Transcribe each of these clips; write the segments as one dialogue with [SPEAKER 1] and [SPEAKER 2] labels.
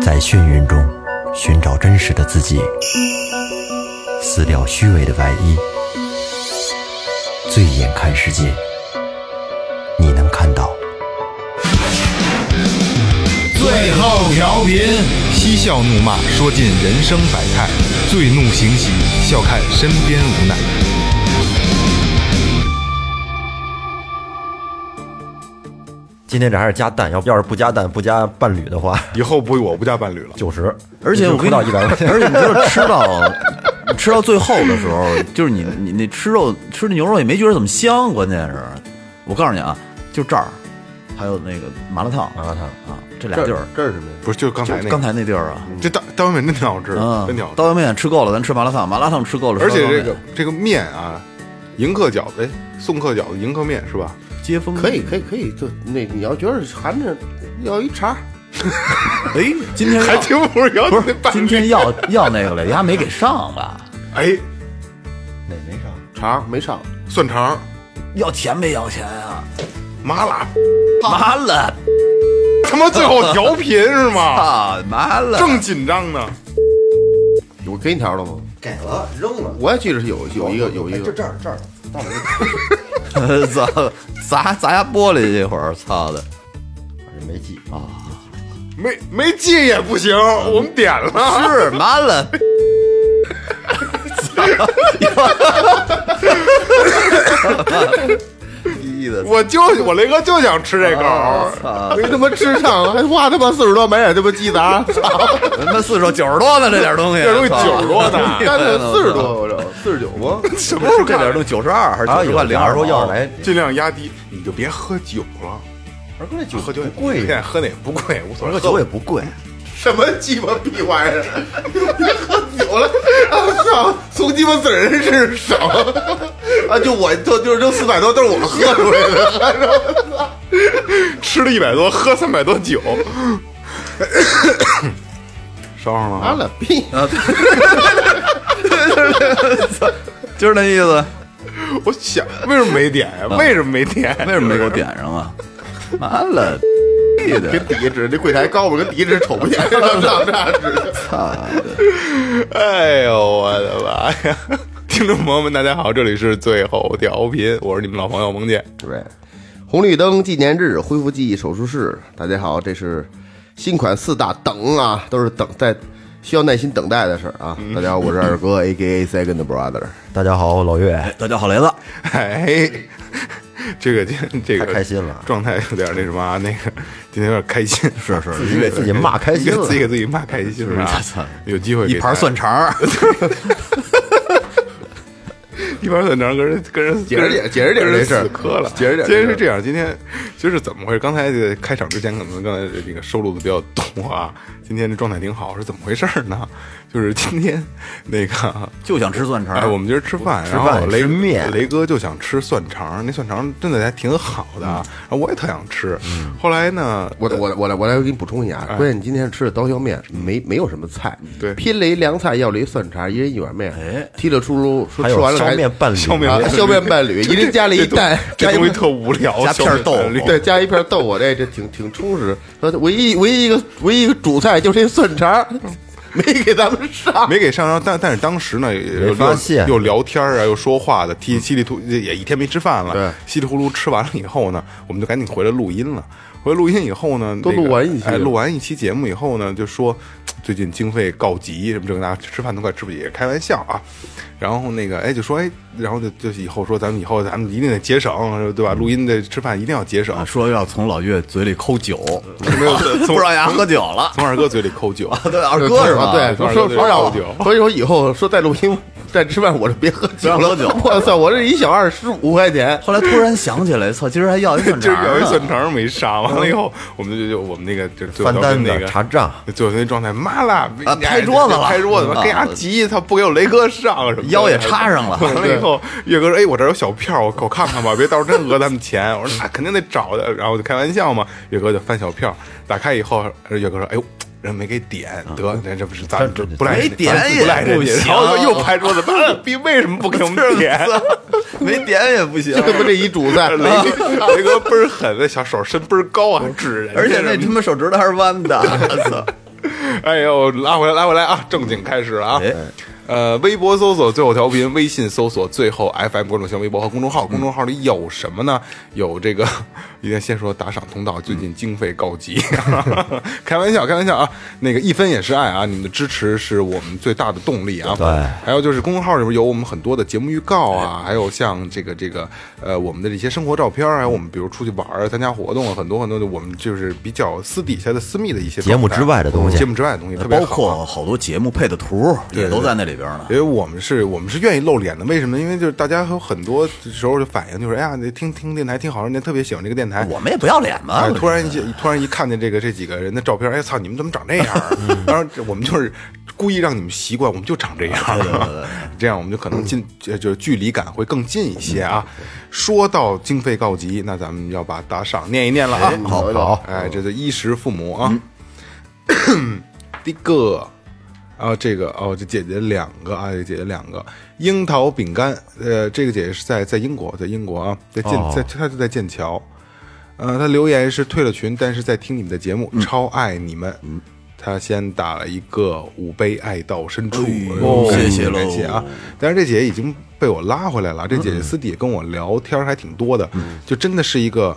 [SPEAKER 1] 在眩晕中寻找真实的自己，撕掉虚伪的外衣，醉眼看世界，你能看到。
[SPEAKER 2] 最后调频，
[SPEAKER 3] 嬉笑怒骂，说尽人生百态；醉怒行喜，笑看身边无奈。
[SPEAKER 1] 今天这还是加蛋，要要是不加蛋不加伴侣的话，
[SPEAKER 3] 以后不，我不加伴侣了。
[SPEAKER 1] 九十，
[SPEAKER 4] 而且我
[SPEAKER 1] 不
[SPEAKER 4] 跟
[SPEAKER 1] 到
[SPEAKER 4] 你
[SPEAKER 1] 一 百块啊钱。
[SPEAKER 4] 而且你知道吃到吃到最后的时候，就是你你那吃肉吃那牛肉也没觉得怎么香，关键是，我告诉你啊，就这儿，还有那个麻辣烫
[SPEAKER 1] 麻辣烫
[SPEAKER 4] 啊，这俩地儿，
[SPEAKER 2] 这是什么呀？
[SPEAKER 3] 不是，就刚才那
[SPEAKER 4] 就
[SPEAKER 3] 个，
[SPEAKER 4] 刚才那地儿啊，
[SPEAKER 3] 这大大碗面真挺好吃的，
[SPEAKER 4] 嗯
[SPEAKER 3] 真挺好，吃。
[SPEAKER 4] 刀削面吃够了，咱吃麻辣烫，麻辣烫吃够了，
[SPEAKER 3] 而且
[SPEAKER 4] 吃刀削
[SPEAKER 3] 这
[SPEAKER 4] 面
[SPEAKER 3] 个这个面啊，迎客饺子，哎，送客饺子，迎客面是 吧？
[SPEAKER 4] 接风
[SPEAKER 2] 可以，可以，可以，就那你要觉得含着要一茬儿，
[SPEAKER 4] 哎，今天
[SPEAKER 3] 还
[SPEAKER 4] 要
[SPEAKER 3] 挺不是要
[SPEAKER 4] 不
[SPEAKER 3] 那
[SPEAKER 4] 是
[SPEAKER 3] 伴
[SPEAKER 4] 今天要要那个了，丫没给上啊吧？
[SPEAKER 3] 哎，
[SPEAKER 1] 哪没上？
[SPEAKER 2] 茬儿没上，
[SPEAKER 3] 蒜肠、
[SPEAKER 4] 要钱没要钱啊？
[SPEAKER 3] 麻 辣，
[SPEAKER 4] 麻辣
[SPEAKER 3] 他妈最后调频是 吗？
[SPEAKER 4] 烫，麻辣
[SPEAKER 3] 正紧张呢，
[SPEAKER 2] 我给你条了吗？
[SPEAKER 1] 给了，扔了。哦哎
[SPEAKER 2] 我也记得是有有一个有一
[SPEAKER 1] 就
[SPEAKER 2] 个，
[SPEAKER 1] 这儿这儿。
[SPEAKER 4] 砸砸砸下玻璃这会儿，操的！
[SPEAKER 1] 没记啊，
[SPEAKER 3] 没没记也不行，我们点了。
[SPEAKER 4] 是麻了。逼的，
[SPEAKER 3] 我就我雷哥就想吃这口儿，
[SPEAKER 4] 操！
[SPEAKER 2] 啊没他妈吃上，还花他妈四十多买点他妈鸡 杂，操，
[SPEAKER 4] 他妈四手九十多呢，这点东西，
[SPEAKER 3] 这东西
[SPEAKER 4] 操
[SPEAKER 3] 90多呢
[SPEAKER 2] 干脆四十多，我操，四十九 吗？
[SPEAKER 3] 什么时候
[SPEAKER 4] 这点
[SPEAKER 3] 看？
[SPEAKER 4] 东西九十二还是
[SPEAKER 1] 然后
[SPEAKER 4] 九十
[SPEAKER 1] 有
[SPEAKER 4] 块零？
[SPEAKER 1] 俩人说要是来，
[SPEAKER 3] 尽量压低，你就别喝酒了。
[SPEAKER 1] 二哥那酒
[SPEAKER 3] 喝酒也不
[SPEAKER 1] 贵
[SPEAKER 3] 现，在喝的也不贵，无所谓。
[SPEAKER 1] 二哥酒也不 贵，
[SPEAKER 2] 什么鸡巴屁玩意 儿？别喝酒了，我操！从鸡巴嘴人身上少 啊！就我就就扔四百多都是 我喝出来的，
[SPEAKER 3] 吃了一百多，喝三百多 酒， 烧上了
[SPEAKER 2] 妈
[SPEAKER 3] 吗？
[SPEAKER 2] 了 逼！
[SPEAKER 4] 就是那意思。
[SPEAKER 3] 我想为什么没点
[SPEAKER 2] 啊
[SPEAKER 3] 呀？为什么没点？
[SPEAKER 4] 为什么没给我点上啊？麻了，逼的，
[SPEAKER 2] 跟底下指那柜台高吧，跟底下指瞅不见，上 那指。
[SPEAKER 4] 操！
[SPEAKER 3] 哎呦我的妈呀！听众朋友们，大家好，这里是最后调频，我是你们老朋友蒙健。
[SPEAKER 2] 对，红绿灯纪念日恢复记忆手术室，大家好，这是新款四大等啊，都是等待，需要耐心等待的事儿啊。大家好，我是二哥，A K A Second Brother。
[SPEAKER 1] 大家好，我老岳，
[SPEAKER 4] 大家好，雷子，
[SPEAKER 3] 哎，这个这这个
[SPEAKER 1] 太开心了
[SPEAKER 3] 状态有点那什么啊，那个今天有点开心，
[SPEAKER 4] 是 是，
[SPEAKER 1] 自己给自己骂开心了
[SPEAKER 3] 自。己给自己骂开心了啊
[SPEAKER 4] 是是是。
[SPEAKER 3] 有机会
[SPEAKER 4] 一盘蒜
[SPEAKER 3] 肠，
[SPEAKER 4] 肠 儿，
[SPEAKER 3] 一盘蒜肠跟人跟人
[SPEAKER 2] 解释解解释解释这事儿
[SPEAKER 3] 磕了。
[SPEAKER 2] 解释解释
[SPEAKER 3] 今天是这样，今天就是怎么回事？刚才这个开场之前，可能刚才这个收录的比较多啊。今天这状态挺好，是怎么回事呢？就是今天那
[SPEAKER 2] 啊
[SPEAKER 3] 个
[SPEAKER 4] 就想吃蒜肠
[SPEAKER 3] 哎，
[SPEAKER 4] 儿。
[SPEAKER 3] 我们今儿吃饭，然
[SPEAKER 1] 饭
[SPEAKER 3] 后雷
[SPEAKER 1] 吃面
[SPEAKER 3] 雷哥就想吃蒜肠，那蒜肠真的还挺好的，然后我也特想吃。后来呢，
[SPEAKER 2] 嗯我我我来我来给你补充一下啊，关键你今天吃的刀削面没没有什么菜，
[SPEAKER 3] 对
[SPEAKER 2] 拼了一凉菜，要了一蒜茶，一人一碗面
[SPEAKER 4] 哎，
[SPEAKER 2] 提了出炉，说
[SPEAKER 1] 还
[SPEAKER 2] 吃完
[SPEAKER 1] 有
[SPEAKER 2] 了
[SPEAKER 1] 烧
[SPEAKER 2] 还
[SPEAKER 1] 面伴侣，
[SPEAKER 3] 烧面
[SPEAKER 2] 啊，削面伴侣，一人加了一蛋，
[SPEAKER 3] 这
[SPEAKER 2] 加一
[SPEAKER 3] 东西特无聊，
[SPEAKER 4] 加片儿豆
[SPEAKER 3] 小呃米饭里
[SPEAKER 2] 对，加一片豆腐，这这挺挺充实。说唯一唯一一个唯一一个主菜就是这蒜肠，没给咱们 上。
[SPEAKER 3] 没给上上，但但是当时呢，也
[SPEAKER 1] 没发现
[SPEAKER 3] 又聊天啊，又说话的，稀稀里糊也一天没吃饭了，
[SPEAKER 2] 嗯对
[SPEAKER 3] 稀里糊涂吃完了以后呢， 我们就赶紧回来录音了。回来录音以后呢，
[SPEAKER 2] 都
[SPEAKER 3] 这个
[SPEAKER 2] 录完一期
[SPEAKER 3] 哎，
[SPEAKER 2] 了
[SPEAKER 3] 录完一期节目以后呢，就说最近经费告急，什么这个那，吃饭都快吃不起，开玩笑啊。然后那个哎，就说哎，然后就就以后说咱们以后咱们一定得节省，对吧？录音的吃饭一定要节省
[SPEAKER 4] 啊，，说要从老岳嘴里抠酒，
[SPEAKER 3] 没 有
[SPEAKER 4] 不
[SPEAKER 3] 从
[SPEAKER 4] 让人家喝酒了。
[SPEAKER 3] 从二哥嘴里抠酒。
[SPEAKER 4] 对，二哥啊是吧？
[SPEAKER 2] 对，说说说让我，所以说以后说再录音再吃饭，我就别喝酒了。 我操，我这一小二十五块钱，
[SPEAKER 4] 后来突然想起来，操，今儿还要一蒜
[SPEAKER 3] 就
[SPEAKER 4] 肠
[SPEAKER 3] 是有
[SPEAKER 4] 儿
[SPEAKER 3] 一
[SPEAKER 4] 呢
[SPEAKER 3] 蒜肠没杀，完了以后，我们就就我们那个就是最后
[SPEAKER 1] 翻单
[SPEAKER 3] 那
[SPEAKER 1] 的
[SPEAKER 3] 个
[SPEAKER 1] 查账，
[SPEAKER 3] 最后那状态，妈啦，
[SPEAKER 4] 啊
[SPEAKER 3] 哎
[SPEAKER 4] 拍桌子了
[SPEAKER 3] 拍桌子了，
[SPEAKER 4] 嗯
[SPEAKER 3] 给俺急，他不给我雷哥上 什么的，
[SPEAKER 4] 腰也插上了
[SPEAKER 3] 完了以后，岳哥说：“哎，我这儿有小票，我我看看吧，别到时候 真讹咱们钱。”我说：“那肯定得找的。”然后我就开玩笑嘛，岳哥就翻小票，打开以后，岳哥说：“哎呦。”人没给点，得，这这不是咱
[SPEAKER 1] 这
[SPEAKER 3] 不赖人家
[SPEAKER 4] 嗯没点
[SPEAKER 3] 咱
[SPEAKER 4] 也
[SPEAKER 3] 不赖人家
[SPEAKER 4] 不行
[SPEAKER 3] 然后又拍桌子，妈 了逼，为什么不给我们点？
[SPEAKER 4] 没点也不行
[SPEAKER 2] 就。他妈这一主菜，
[SPEAKER 3] 雷雷哥倍儿狠，那小手伸倍儿高啊，指人家
[SPEAKER 4] 而且那
[SPEAKER 3] 什么
[SPEAKER 4] 他妈手指头还是弯的，我操！
[SPEAKER 3] 哎呦，拉回来，拉回来啊！正经开始了啊！
[SPEAKER 4] 哎
[SPEAKER 3] 呃，微博搜索最后调频，微信搜索最后 FM 观众型微博和公众号。公众号里有什么呢？有这个， 一定要先说打赏通道，最近经费告急， 开玩笑，开玩笑啊！那个一分也是爱啊，你们的支持是我们最大的动力啊！
[SPEAKER 4] 对
[SPEAKER 3] 还有就是公众号里边有我们很多的节目预告啊，还有像这个这个呃我们的这些生活照片，还有我们比如出去玩啊、参加活动啊，很多很多的我们就是比较私底下的私密的一些
[SPEAKER 1] 节目
[SPEAKER 3] 状态
[SPEAKER 1] 之外的东西
[SPEAKER 3] 节目之外的东西，特别
[SPEAKER 4] 呃包
[SPEAKER 3] 好啊
[SPEAKER 4] 括好多节目配的图也都在那里边呢
[SPEAKER 3] 因。为我们是我们是愿意露脸的，为什么呢？因为就是大家有很多时候就反映就是，哎呀，你听听电台听好人家特别喜欢这个电台。
[SPEAKER 4] 我们也不要脸嘛
[SPEAKER 3] 哎，，突然一下突然一看见这个这几个人的照片，哎操，你们怎么长这样 啊？然后我们就是故意让你们习惯，我们就长这样，
[SPEAKER 4] 啊
[SPEAKER 3] 这样我们就可能近就就是距离感会更近一些啊。说到经费告急，那咱们要把打赏念一念了啊。
[SPEAKER 2] 好好，
[SPEAKER 3] 哎，这是衣食父母啊。
[SPEAKER 4] 嗯
[SPEAKER 3] 第一个啊，这个哦，这姐姐两个啊，这姐姐两个樱桃饼干，呃，这个姐姐是在在英国，在英国啊，在剑、
[SPEAKER 4] 哦
[SPEAKER 3] 在她就在剑桥，呃，她留言是退了群，但是在听你们的节目，超爱你们。
[SPEAKER 4] 嗯
[SPEAKER 3] 她先打了一个五杯爱到深处，
[SPEAKER 4] 哎
[SPEAKER 3] 哎
[SPEAKER 4] 呦
[SPEAKER 3] 感
[SPEAKER 4] 谢谢喽
[SPEAKER 3] 感谢啊！但是这姐姐已经被我拉回来了，这姐
[SPEAKER 4] 嗯
[SPEAKER 3] 姐私底下跟我聊天还挺多的，就真的是一个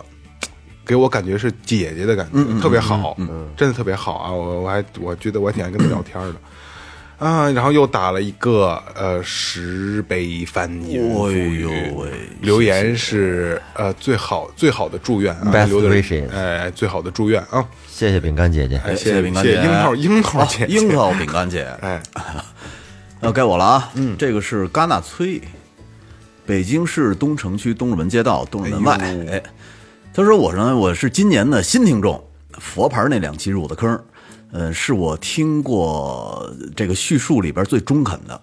[SPEAKER 3] 给我感觉是姐姐的感觉，
[SPEAKER 4] 嗯
[SPEAKER 3] 特别好，真的特别好啊！我我还我觉得我还挺爱跟她聊天的。啊，然后又打了一个呃十杯翻译，
[SPEAKER 4] 哎呦喂
[SPEAKER 3] 留言是呃最好最好的祝愿啊
[SPEAKER 1] Best
[SPEAKER 3] 留的
[SPEAKER 1] wishes
[SPEAKER 3] 哎最好的祝愿啊，
[SPEAKER 1] 谢谢饼干姐姐，
[SPEAKER 3] 哎
[SPEAKER 4] 谢
[SPEAKER 3] 谢
[SPEAKER 4] 饼干
[SPEAKER 3] 谢
[SPEAKER 4] 姐，
[SPEAKER 3] 樱桃樱桃
[SPEAKER 4] 啊
[SPEAKER 3] 姐姐
[SPEAKER 4] 樱桃饼干姐，
[SPEAKER 3] 哎
[SPEAKER 4] 那该我了啊。嗯，这个是戛纳崔，北京市东城区东直门街道东直门外。哎，他说我呢，我是今年的新听众，佛牌那两期入的坑，呃，是我听过这个叙述里边最中肯的。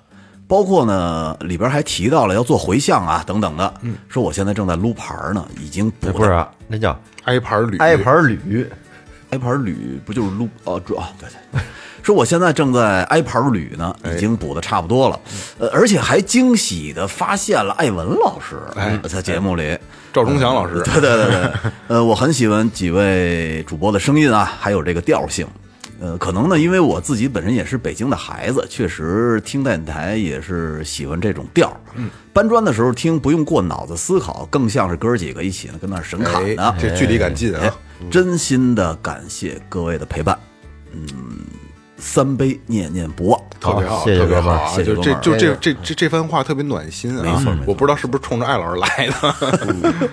[SPEAKER 4] 包括呢，里边还提到了要做回向啊，等等的。嗯，说我现在正在撸牌呢，已经
[SPEAKER 1] 哎
[SPEAKER 4] 补了
[SPEAKER 1] 不是啊，那叫
[SPEAKER 3] 挨盘儿捋
[SPEAKER 1] 挨盘捋，
[SPEAKER 4] 挨盘捋不就是撸哦主啊对对，说我现在正在挨盘捋呢，
[SPEAKER 3] 哎
[SPEAKER 4] 已经补的差不多了，呃，而且还惊喜的发现了艾文老师，嗯在节目里，
[SPEAKER 3] 赵忠祥哎老师，
[SPEAKER 4] 对对对对，呃，我很喜欢几位主播的声音啊，还有这个调性。呃，可能呢，因为我自己本身也是北京的孩子，确实听电台也是喜欢这种调儿。
[SPEAKER 3] 嗯
[SPEAKER 4] 搬砖的时候听，不用过脑子思考，更像是哥儿几个一起呢跟那儿神侃呢。
[SPEAKER 3] 哎，这距离感近
[SPEAKER 4] 嗯哎
[SPEAKER 3] 啊，，
[SPEAKER 4] 真心的感谢各位的陪伴，嗯，三杯念念不忘。
[SPEAKER 3] 特别好，
[SPEAKER 1] 好谢谢
[SPEAKER 3] 特别
[SPEAKER 1] 哥
[SPEAKER 3] 好
[SPEAKER 1] 们儿
[SPEAKER 3] 啊！
[SPEAKER 4] 谢谢
[SPEAKER 3] 就
[SPEAKER 4] 哥
[SPEAKER 3] 这
[SPEAKER 4] 们儿
[SPEAKER 3] 就这这这这番话特别暖心啊！
[SPEAKER 4] 没错没错
[SPEAKER 3] 我不知道是不是冲着艾老师来 的，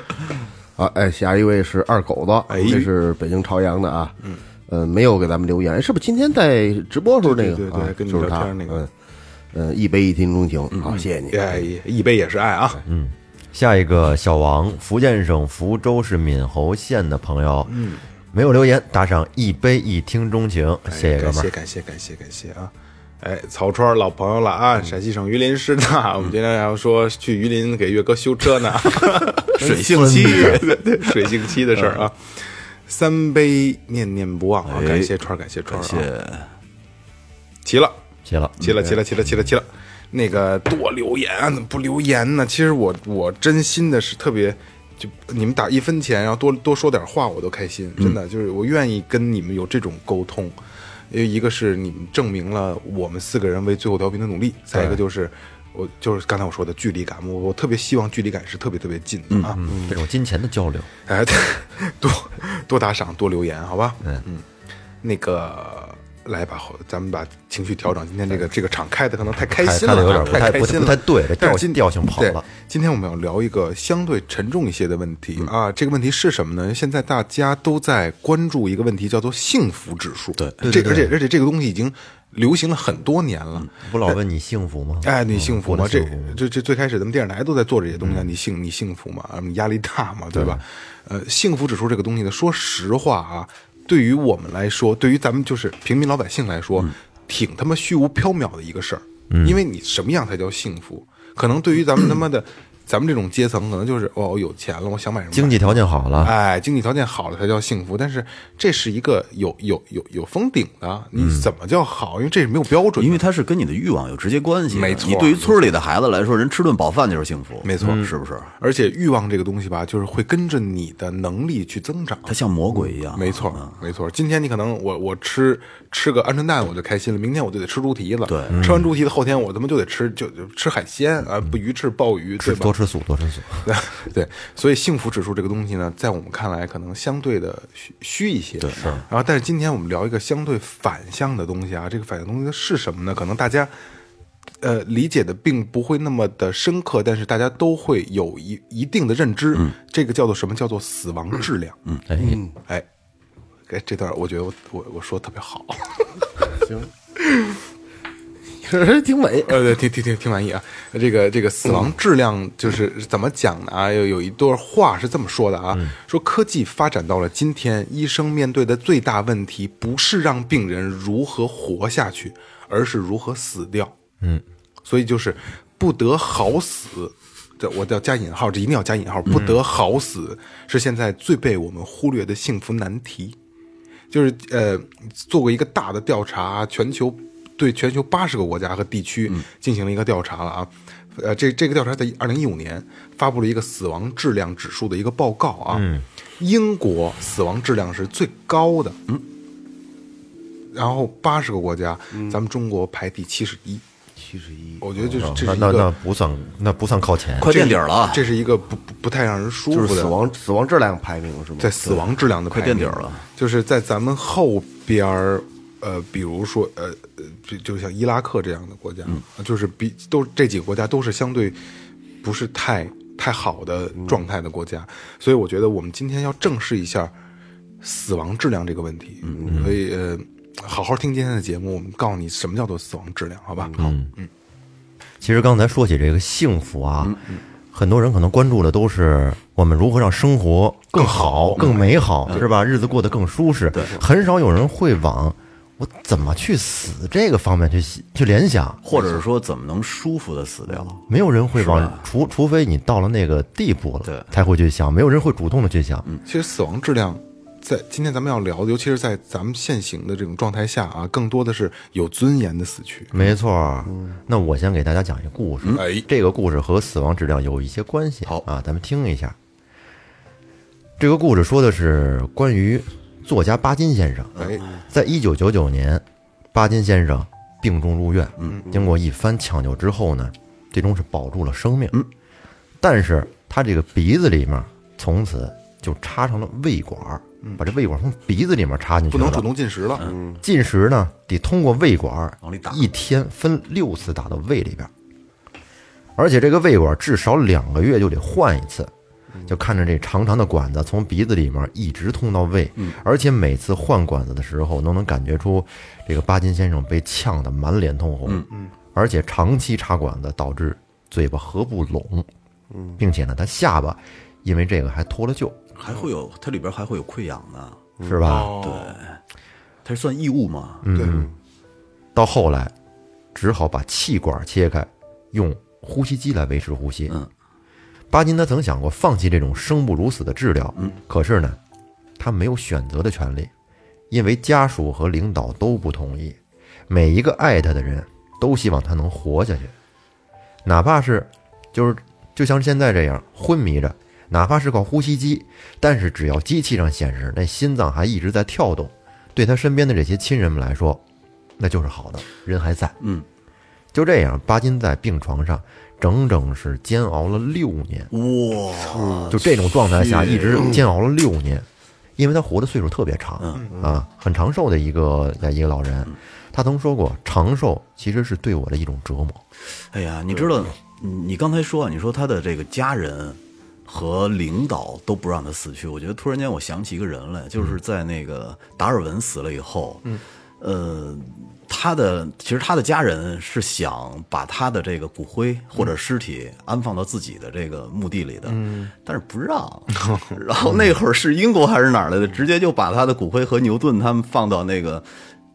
[SPEAKER 2] 啊，哎，下一位是二狗子，
[SPEAKER 3] 哎
[SPEAKER 2] 这是北京朝阳的啊，嗯，呃，没有给咱们留言，哎是不是今天在直播时候那个？
[SPEAKER 3] 对对对
[SPEAKER 2] 啊
[SPEAKER 3] 对跟你
[SPEAKER 2] 就是
[SPEAKER 3] 聊
[SPEAKER 2] 他
[SPEAKER 3] 天那个
[SPEAKER 2] 嗯，呃，一杯一听钟情，好，谢谢你，
[SPEAKER 3] 哎，一杯也是爱啊！
[SPEAKER 1] 下一个小王，福建省福州市闽侯县的朋友，嗯，没有留言，打赏一杯一听钟情，谢谢哥
[SPEAKER 3] 哎
[SPEAKER 1] 们
[SPEAKER 3] 感谢
[SPEAKER 1] 儿。
[SPEAKER 3] 感谢感谢感谢啊！哎，曹川老朋友了啊，陕西省榆林市的，我们今天要说去榆林给岳哥修车呢，水性漆，对对， 水性漆的事儿啊。三杯念念不忘啊！
[SPEAKER 4] 哎
[SPEAKER 3] 感谢川儿，感谢川儿啊，
[SPEAKER 4] 谢谢
[SPEAKER 3] 齐了。
[SPEAKER 1] 谢了，
[SPEAKER 3] 齐了，齐了，齐了，齐了，齐了。那个多留言啊，怎么不留言呢？其实我我真心的是特别，就你们打一分钱，然后多多说点话，我都开心。真的，就是我愿意跟你们有这种沟通。因为一个是你们证明了我们四个人为最后调频的努力，再一个就是我就是刚才我说的距离感，我我特别希望距离感是特别特别近的啊。
[SPEAKER 1] 嗯这种金钱的交流，
[SPEAKER 3] 哎， 对多多打赏，多留言，好吧？嗯嗯，那个来吧，好咱们把情绪调整。今天这个这个场开的可能太开心了
[SPEAKER 1] 哎开开得有点
[SPEAKER 3] 啊，
[SPEAKER 1] 不太
[SPEAKER 3] 开心了，
[SPEAKER 1] 不太不太对这
[SPEAKER 3] 但是
[SPEAKER 1] 调
[SPEAKER 3] 今
[SPEAKER 1] 调性跑了
[SPEAKER 3] 对今天我们要聊一个相对沉重一些的问
[SPEAKER 1] 嗯
[SPEAKER 3] 题啊，这个问题是什么呢？现在大家都在关注一个问题，叫做幸福指数。对，这而且而且这个东西已经流行了很多年了。
[SPEAKER 1] 不老问你幸福吗？
[SPEAKER 3] 哎，你幸福吗？
[SPEAKER 1] 嗯
[SPEAKER 3] 这
[SPEAKER 1] 过得幸福嗯吗
[SPEAKER 3] 这这最开始咱们电视台都在做这些东西啊，你幸你幸福吗？啊你压力大吗？对吧？呃，幸福指数这个东西呢，说实话啊，对于我们来说，对于咱们就是平民老百姓来说，
[SPEAKER 1] 嗯
[SPEAKER 3] 挺他妈虚无缥缈的一个事儿。因为你什么样才叫幸福？可能对于咱们他妈的。咱们这种阶层可能就是哦，我有钱了，我想买什么买
[SPEAKER 1] 经济啊条件好了，
[SPEAKER 3] 哎，经济条件好了才叫幸福，但是这是一个有有有有封顶的，你
[SPEAKER 1] 嗯
[SPEAKER 3] 怎么叫好？因为这是没有标准的，
[SPEAKER 4] 因为它是跟你的欲望有直接关系的。
[SPEAKER 3] 没错
[SPEAKER 4] 你对于村里的孩子来说，人吃顿饱饭就是幸福，嗯
[SPEAKER 3] 没错
[SPEAKER 4] 是不是？
[SPEAKER 3] 而且欲望这个东西吧，就是会跟着你的能力去增长。
[SPEAKER 4] 它像魔鬼一样，
[SPEAKER 3] 没错，没错。今天你可能我我吃吃个鹌鹑蛋我就开心了，明天我就得吃猪蹄子，
[SPEAKER 4] 对，
[SPEAKER 3] 吃完猪蹄子后天我他妈就得吃就就吃海鲜啊，不鱼翅鲍鱼，对
[SPEAKER 1] 吃
[SPEAKER 3] 吧
[SPEAKER 1] 多？吃素，多吃素。
[SPEAKER 3] 对，所以幸福指数这个东西呢，在我们看来可能相对的虚虚一些。对，是。然后，但是今天我们聊一个相对反向的东西啊，这个反向东西是什么呢？可能大家呃理解的并不会那么的深刻，但是大家都会有一一定的认知。这个叫做什么？叫做死亡质量。嗯，
[SPEAKER 1] 哎，
[SPEAKER 3] 哎，哎，这段我觉得我我我说的特别好。
[SPEAKER 2] 挺美。
[SPEAKER 3] 呃，对，挺挺挺挺满意啊。这个这个死亡质量就是怎么讲呢？啊，有有一段话是这么说的啊，说科技发展到了今天，医生面对的最大问题不是让病人如何活下去，而是如何死掉。嗯，所以就是不得好死。这我要加引号，这一定要加引号。不得好死、是现在最被我们忽略的幸福难题。就是呃，做过一个大的调查，全球对全球八十个国家和地区
[SPEAKER 2] 嗯
[SPEAKER 3] 进行了一个调查了啊。呃，这这个调查在二零一五年发布了一个死亡质量指数的一个报告啊。
[SPEAKER 2] 嗯
[SPEAKER 3] 英国死亡质量是最高的，嗯，然后八十个国家，咱们中国排第七十一，
[SPEAKER 2] 嗯七十一，哦
[SPEAKER 3] 我觉得就是这
[SPEAKER 1] 那
[SPEAKER 3] 是一
[SPEAKER 1] 那那
[SPEAKER 3] 个。
[SPEAKER 1] 不算，那不算靠前。
[SPEAKER 4] 快垫底儿了啊，
[SPEAKER 3] 这是一个不不不太让人舒
[SPEAKER 2] 就是
[SPEAKER 3] 服
[SPEAKER 2] 死
[SPEAKER 3] 的
[SPEAKER 2] 亡死亡质量排名是吗？
[SPEAKER 3] 在死亡质量的
[SPEAKER 4] 快
[SPEAKER 3] 排名
[SPEAKER 4] 垫底儿了，
[SPEAKER 3] 就是在咱们后边儿，呃，比如说呃呃，就就像伊拉克这样的国家，
[SPEAKER 4] 嗯
[SPEAKER 3] 呃就是比都这几个国家都是相对不是太太好的
[SPEAKER 4] 嗯
[SPEAKER 3] 状态的国家，所以我觉得我们今天要正视一下死亡质量这个问题，
[SPEAKER 4] 嗯
[SPEAKER 3] 所以呃，好好听今天的节目，我们告诉你什么叫做死亡质量，好吧？
[SPEAKER 4] 嗯
[SPEAKER 3] 嗯好，
[SPEAKER 1] 其实刚才说起这个幸福啊，很多人可能关注的都是我们如何让生活更好、更美嗯好，是吧？日子过得更舒适。很少有人会往我怎么去死这个方面去想去联想。
[SPEAKER 4] 或者是说怎么能舒服的死掉？
[SPEAKER 1] 没有人会往，除除非你到了那个地步了
[SPEAKER 4] 对，
[SPEAKER 1] 才会去想。没有人会主动的去想。
[SPEAKER 3] 其实死亡质量，在今天咱们要聊的，尤其是在咱们现行的这种状态下啊，更多的是有尊严的死去。
[SPEAKER 1] 没错儿，那我先给大家讲一个故事。
[SPEAKER 3] 哎
[SPEAKER 1] 这个故事和死亡质量有一些关系。
[SPEAKER 4] 好
[SPEAKER 1] 啊，咱们听一下。这个故事说的是关于作家巴金先生。
[SPEAKER 3] 哎，
[SPEAKER 1] 在一九九九年，巴金先生病重入院，
[SPEAKER 3] 嗯
[SPEAKER 1] 经过一番抢救之后呢，最终是保住了生命。
[SPEAKER 3] 嗯
[SPEAKER 1] 但是他这个鼻子里面从此就插上了胃管儿，把这胃管儿从鼻子里面插进去
[SPEAKER 3] 嗯不
[SPEAKER 1] 了。
[SPEAKER 3] 能主动进食了。嗯，
[SPEAKER 1] 进食呢，得通过胃管儿
[SPEAKER 4] 往里打
[SPEAKER 1] 一天分六次打到胃里边儿，而且这个胃管儿至少两个月就得换一次。
[SPEAKER 4] 嗯
[SPEAKER 1] 就看着这长长的管子从鼻子里面一直通到胃，
[SPEAKER 4] 嗯
[SPEAKER 1] 而且每次换管子的时候都能感觉出这个巴金先生被呛得满脸通红，
[SPEAKER 4] 嗯
[SPEAKER 1] 而且长期插管子导致嘴巴合不拢，
[SPEAKER 4] 嗯
[SPEAKER 1] 并且呢他下巴因为这个还脱了臼，
[SPEAKER 4] 还会有它里边还会有溃疡呢，
[SPEAKER 1] 是吧？
[SPEAKER 4] 哦它是算异物吗？
[SPEAKER 3] 哦对，
[SPEAKER 4] 嗯
[SPEAKER 1] 到后来，只好把气管切开，用呼吸机来维持呼吸。
[SPEAKER 4] 嗯，
[SPEAKER 1] 巴金他曾想过放弃这种生不如死的治疗，嗯，可是呢，他没有选择的权利，因为家属和领导都不同意，每一个爱他的人都希望他能活下去，哪怕是就是就像现在这样昏迷着，哪怕是靠呼吸机，但是只要机器上显示那心脏还一直在跳动，对他身边的这些亲人们来说，那就是好的，人还在。
[SPEAKER 4] 嗯，
[SPEAKER 1] 就这样，巴金在病床上整整是煎熬了六年，
[SPEAKER 2] 啊
[SPEAKER 4] 哇，
[SPEAKER 1] 就这种状态下一直煎熬了六年，因为他活的岁数特别长
[SPEAKER 2] 嗯
[SPEAKER 1] 啊，很长寿的一个呃一个老人。他曾说过，长寿其实是对我的一种折磨。
[SPEAKER 4] 哎呀，你知道，你你刚才说啊，你说他的这个家人和领导都不让他死去，我觉得突然间我想起一个人来，就是在那个达尔文死了以后，嗯，呃，他的其实他的家人是想把他的这个骨灰或者尸体安放到自己的这个墓地里的，嗯，但是不让。然后那会儿是英国还是哪儿来的，直接就把他的骨灰和牛顿他们放到那个。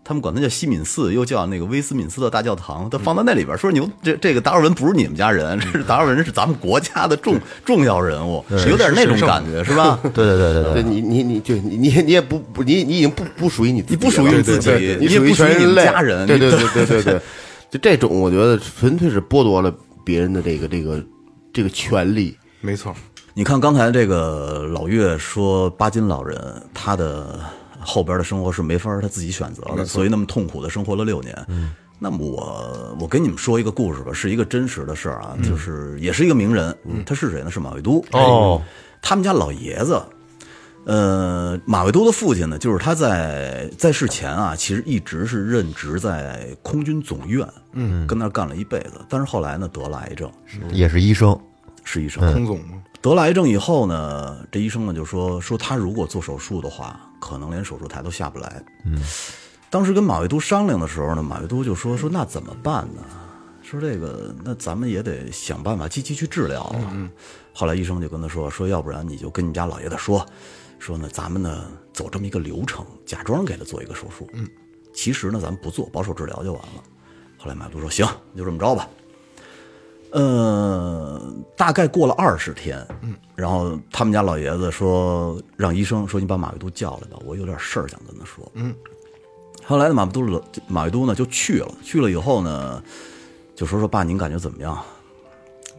[SPEAKER 4] 他们管它叫西敏寺，又叫那个威斯敏斯特大教堂，它放到那里边儿，说你们这这个达尔文不是你们家人， 这是达尔文是咱们国家的重重要人物，有点那种感觉是吧？
[SPEAKER 1] 对对对对
[SPEAKER 2] 对
[SPEAKER 1] 对，
[SPEAKER 2] 你你你就你你你也不不你你已经不不属于你自己
[SPEAKER 4] 你
[SPEAKER 2] 了，
[SPEAKER 4] 不属于你自己
[SPEAKER 2] 对对对
[SPEAKER 4] 你
[SPEAKER 2] 你
[SPEAKER 4] 也
[SPEAKER 2] 属于
[SPEAKER 4] 不属于
[SPEAKER 2] 全
[SPEAKER 4] 你
[SPEAKER 2] 人类
[SPEAKER 4] 家人
[SPEAKER 2] 对对
[SPEAKER 4] 你
[SPEAKER 2] 对对对对， 就这种我觉得纯粹是剥夺了别人的这个这个这个权利。
[SPEAKER 3] 没错，
[SPEAKER 4] 你看刚才这个老岳说巴金老人，他的后边的生活是没法儿他自己选择的，所以那么痛苦的生活了六年。嗯，那么我我跟你们说一个故事吧，是一个真实的事儿啊，就是也是一个名人，他是谁呢？是马未都。哎
[SPEAKER 1] 哦，
[SPEAKER 4] 他们家老爷子。呃，马未都的父亲呢，就是他在在世前啊，其实一直是任职在空军总院，嗯，跟那儿干了一辈子。但是后来呢，得了癌症，
[SPEAKER 1] 也是医生，
[SPEAKER 4] 是医生。
[SPEAKER 3] 空总吗？
[SPEAKER 4] 得了癌症以后呢，这医生呢就说说他如果做手术的话，可能连手术台都下不来。嗯，当时跟马未都商量的时候呢，马未都就说说那怎么办呢？说这个那咱们也得想办法积极去治疗了。嗯，后来医生就跟他说说要不然你就跟你家老爷子说，说呢咱们呢走这么一个流程，假装给他做一个手术。嗯，其实呢咱们不做，保守治疗就完了。后来马未都说行，就这么着吧。呃，大概过了二十天，嗯，然后他们家老爷子说让医生说你把马未都叫来吧，我有点事儿想跟他说，嗯。后来呢，马未都老马未都呢就去了，去了以后呢，就说说爸您感觉怎么样？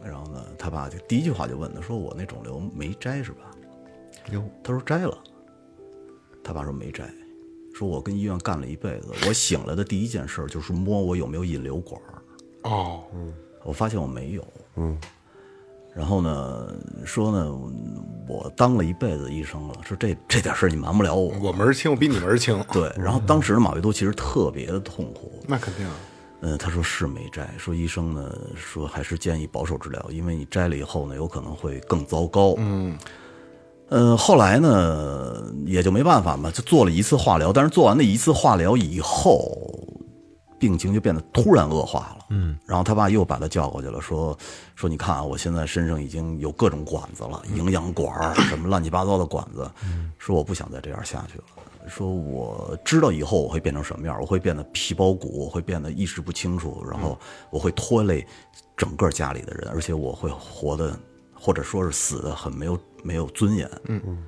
[SPEAKER 4] 然后呢，他爸就第一句话就问他说我那肿瘤没摘是吧？
[SPEAKER 1] 哟，
[SPEAKER 4] 他说摘了，他爸说没摘，说我跟医院干了一辈子，我醒来的第一件事就是摸我有没有引流管儿。
[SPEAKER 3] 哦，
[SPEAKER 4] 我发现我没有，嗯，然后呢，说呢，我当了一辈子医生了，说这这点事儿你瞒不了我，
[SPEAKER 3] 我门儿清，我比你门儿清，
[SPEAKER 4] 对。然后当时的马未都其实特别的痛苦，
[SPEAKER 3] 那肯定啊，
[SPEAKER 4] 嗯，他说是没摘，说医生呢说还是建议保守治疗，因为你摘了以后呢，有可能会更糟糕，嗯。呃，后来呢，也就没办法嘛，就做了一次化疗。但是做完那一次化疗以后，病情就变得突然恶化了。嗯，然后他爸又把他叫过去了，说说你看啊，我现在身上已经有各种管子了，营养管儿什么乱七八糟的管子，说我不想再这样下去了，说我知道以后我会变成什么样，我会变得皮包骨，我会变得意识不清楚，然后我会拖累整个家里的人，而且我会活得或者说是死的很没有没有尊严。嗯嗯。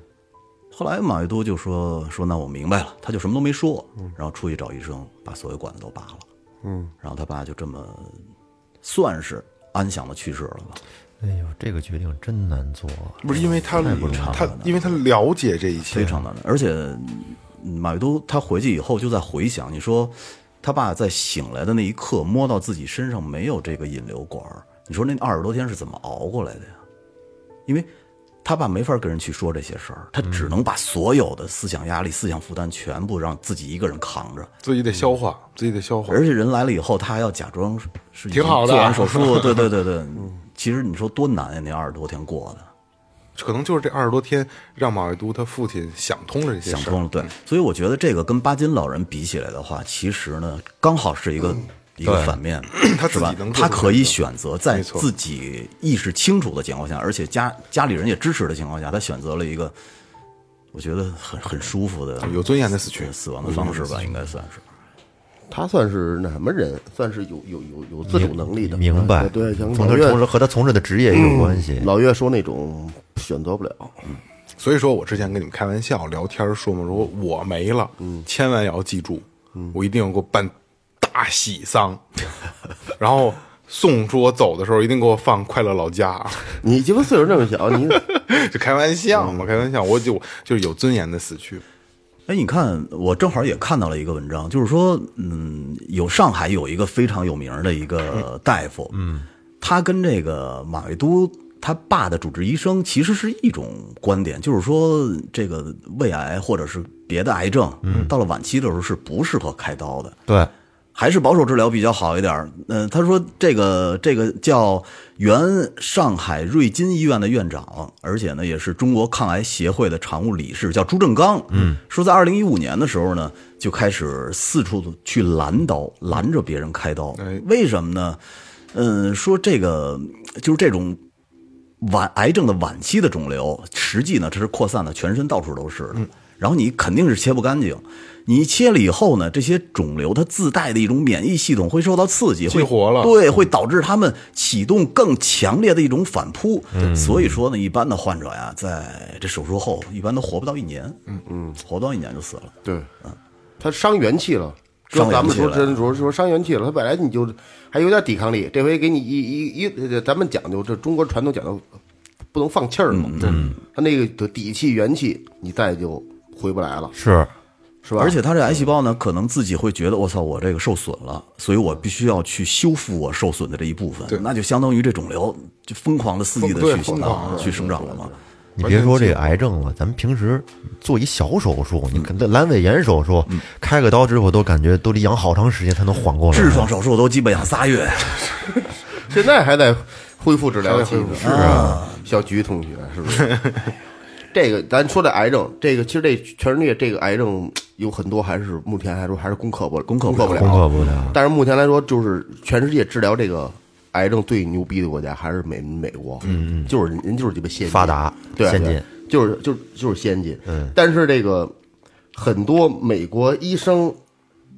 [SPEAKER 4] 后来马未都就说说那我明白了，他就什么都没说，然后出去找医生，把所有管子都拔了。嗯，然后他爸就这么算是安详的去世了吧。
[SPEAKER 1] 哎呦，这个决定真难做啊，
[SPEAKER 3] 不是因为他
[SPEAKER 4] 常
[SPEAKER 3] 他，因为他了解这一
[SPEAKER 4] 啊非
[SPEAKER 3] 切，
[SPEAKER 4] 常难的。而且嗯马未都他回去以后就在回想，你说他爸在醒来的那一刻摸到自己身上没有这个引流管儿，你说那二十多天是怎么熬过来的呀？因为他爸没法跟人去说这些事儿，他只能把所有的思想压力、思想负担全部让自己一个人扛着。
[SPEAKER 3] 自己得消化，
[SPEAKER 4] 嗯
[SPEAKER 3] 自己得消化。
[SPEAKER 4] 而且人来了以后，他还要假装是是已经
[SPEAKER 3] 挺好的
[SPEAKER 4] 做完 手术，对对对对。其实你说多难呀，那二十多天过的。
[SPEAKER 3] 可能就是这二十多天，让马未都他父亲想通了这些
[SPEAKER 4] 想
[SPEAKER 3] 事
[SPEAKER 4] 通
[SPEAKER 3] 儿。
[SPEAKER 4] 了，对，所以我觉得这个跟巴金老人比起来的话，其实呢，刚好是一个、一个反面，
[SPEAKER 3] 嗯 他
[SPEAKER 4] 是
[SPEAKER 3] 自己
[SPEAKER 4] 吧
[SPEAKER 3] 能？做
[SPEAKER 4] 他
[SPEAKER 3] 出
[SPEAKER 4] 可
[SPEAKER 3] 选择
[SPEAKER 4] 以选择在
[SPEAKER 3] 没错
[SPEAKER 4] 自己意识清楚的情况下，而且家家里人也支持的情况下，他选择了一个我觉得很很舒服的、
[SPEAKER 3] 有尊严的死嗯去
[SPEAKER 4] 死亡的方式吧，应该算是。
[SPEAKER 2] 他算是那什么人？算是有有有有自主能力的，啊
[SPEAKER 1] 明白？
[SPEAKER 2] 对，像
[SPEAKER 1] 从
[SPEAKER 2] 老
[SPEAKER 1] 他
[SPEAKER 2] 岳
[SPEAKER 1] 从事和他从事的职业也有关系。
[SPEAKER 2] 嗯老岳说那种选择不了，
[SPEAKER 3] 所以说我之前跟你们开玩笑聊天儿说嘛，如果我没了，
[SPEAKER 4] 嗯
[SPEAKER 3] 千万也要记住，我一定要给我办大喜丧， 然后送出我走的时候，一定给我放《快乐老家》啊。
[SPEAKER 2] 你鸡巴岁数这么小，你
[SPEAKER 3] 就开玩笑
[SPEAKER 4] 嗯
[SPEAKER 3] 嘛，开玩笑，我就就是有尊严的死去。
[SPEAKER 4] 哎，你看，我正好也看到了一个文章，就是说，嗯，有上海有一个非常有名的一 个大夫，嗯，他跟这个马未都他爸的主治医生其实是一种观点，就是说，这个胃癌或者是别的癌症，嗯，到了晚期的时候是不适合开刀的，
[SPEAKER 1] 对，
[SPEAKER 4] 还是保守治疗比较好一点儿。嗯、他说这个这个叫原上海瑞金医院的院长，而且呢也是中国抗癌协会的常务理事，叫朱正刚。嗯，说在二零一五年的时候呢，就开始四处地去拦刀，拦着别人开刀。为什么呢？嗯，说这个就是这种晚癌症的晚期的肿瘤，实际呢这是扩散的，全身到处都是的。然后你肯定是切不干净。你切了以后呢，这些肿瘤它自带的一种免疫系统会受到刺激，
[SPEAKER 3] 激
[SPEAKER 4] 会
[SPEAKER 3] 活了
[SPEAKER 4] 对，会导致它们启动更强烈的一种反扑。所以说呢，一般的患者呀，在这手术后一般都活不到一年，嗯嗯，活不到一年就死了。
[SPEAKER 2] 对，啊他伤元气了。
[SPEAKER 4] 伤
[SPEAKER 2] 说咱
[SPEAKER 4] 元
[SPEAKER 2] 们
[SPEAKER 4] 气
[SPEAKER 2] 说
[SPEAKER 4] 了
[SPEAKER 2] 真说说伤元气了，他本来你就还有点抵抗力，这回给你一一一，呃咱们讲究这中国传统讲究，不能放气儿嘛，嗯，他那个的底气元气，你再就回不来了，
[SPEAKER 1] 是
[SPEAKER 2] 是吧？
[SPEAKER 4] 而且它这癌细胞呢，可能自己会觉得我操，我这个受损了，所以我必须要去修复我受损的这一部分，那就相当于这肿瘤就疯狂的、肆意
[SPEAKER 3] 疯
[SPEAKER 4] 的
[SPEAKER 3] 对
[SPEAKER 4] 去
[SPEAKER 3] 疯狂
[SPEAKER 4] 去生长了嘛。
[SPEAKER 1] 你别说这个癌症了，咱们平时做一小手术，你看这阑尾炎手术，开个刀之后都感觉都得养好长时间才能缓过来。
[SPEAKER 4] 痔疮手术都基本养仨月，
[SPEAKER 2] 现在还在恢复治疗期
[SPEAKER 3] 还在恢
[SPEAKER 2] 呢
[SPEAKER 3] 复，
[SPEAKER 2] 是啊，小菊同学是不是？ 这个咱说这癌症，这个其实这全世界这个癌症有很多还是目前来说还是攻克不
[SPEAKER 4] 攻克不
[SPEAKER 2] 克不
[SPEAKER 1] 攻克不了
[SPEAKER 2] 但是目前来说，就是全世界治疗这个癌症最牛逼的国家还是美美国，嗯嗯，就是人人就是鸡巴先进
[SPEAKER 1] 发达
[SPEAKER 2] 对
[SPEAKER 1] 先
[SPEAKER 2] 对
[SPEAKER 1] 进
[SPEAKER 2] 就是就是就是先进，嗯，但是这个很多美国医生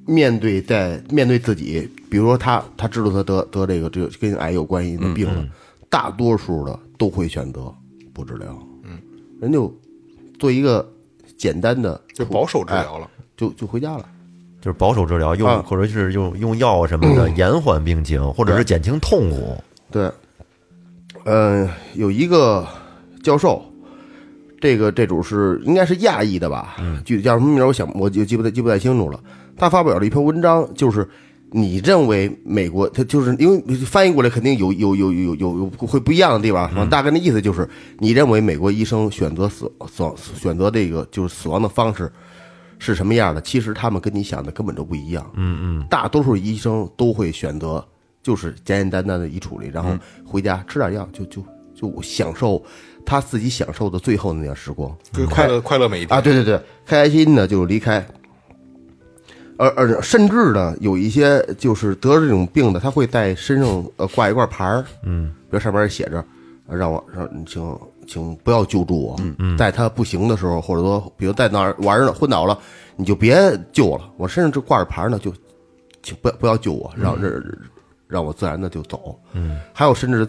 [SPEAKER 2] 面对在面对自己，比如说他他知道他得得这个这个跟癌有关系的病了，大多数的都会选择不治疗，嗯，人就做一个简单的
[SPEAKER 3] 就保守治
[SPEAKER 4] 哎
[SPEAKER 3] 疗了。
[SPEAKER 2] 就就回家了，
[SPEAKER 1] 就是保守治疗，用、
[SPEAKER 2] 啊
[SPEAKER 1] 或者是用用药什么的、延缓病情，或者是减轻痛苦。
[SPEAKER 2] 对，嗯、有一个教授，这个这主是应该是亚裔的吧？嗯，具体叫什么名儿我想我就记不太记不太清楚了。他发表了一篇文章，就是你认为美国，他就是因为翻译过来肯定有有有有有有会不一样的地方，啊大概的意思就是你认为美国医生选择死死亡选择这个就是死亡的方式。是什么样的？其实他们跟你想的根本就不一样。嗯嗯，大多数医生都会选择就是简简单单的一处理，然后回家吃点药，就就就享受他自己享受的最后那点时光
[SPEAKER 4] 嗯
[SPEAKER 3] 就
[SPEAKER 4] 哎
[SPEAKER 3] 快乐快乐每一天
[SPEAKER 2] 啊！对对对，开开心的就离开。而而甚至呢，有一些就是得这种病的，他会在身上呃挂一块牌儿，嗯，比如上面写着，呃让我让请请不要救助我，嗯，在他不行的时候，或者说比如在哪儿玩儿呢昏倒了，你就别救了，我身上这挂着牌儿呢，就请不要不要救我，让这让我自然的就走，嗯，还有甚至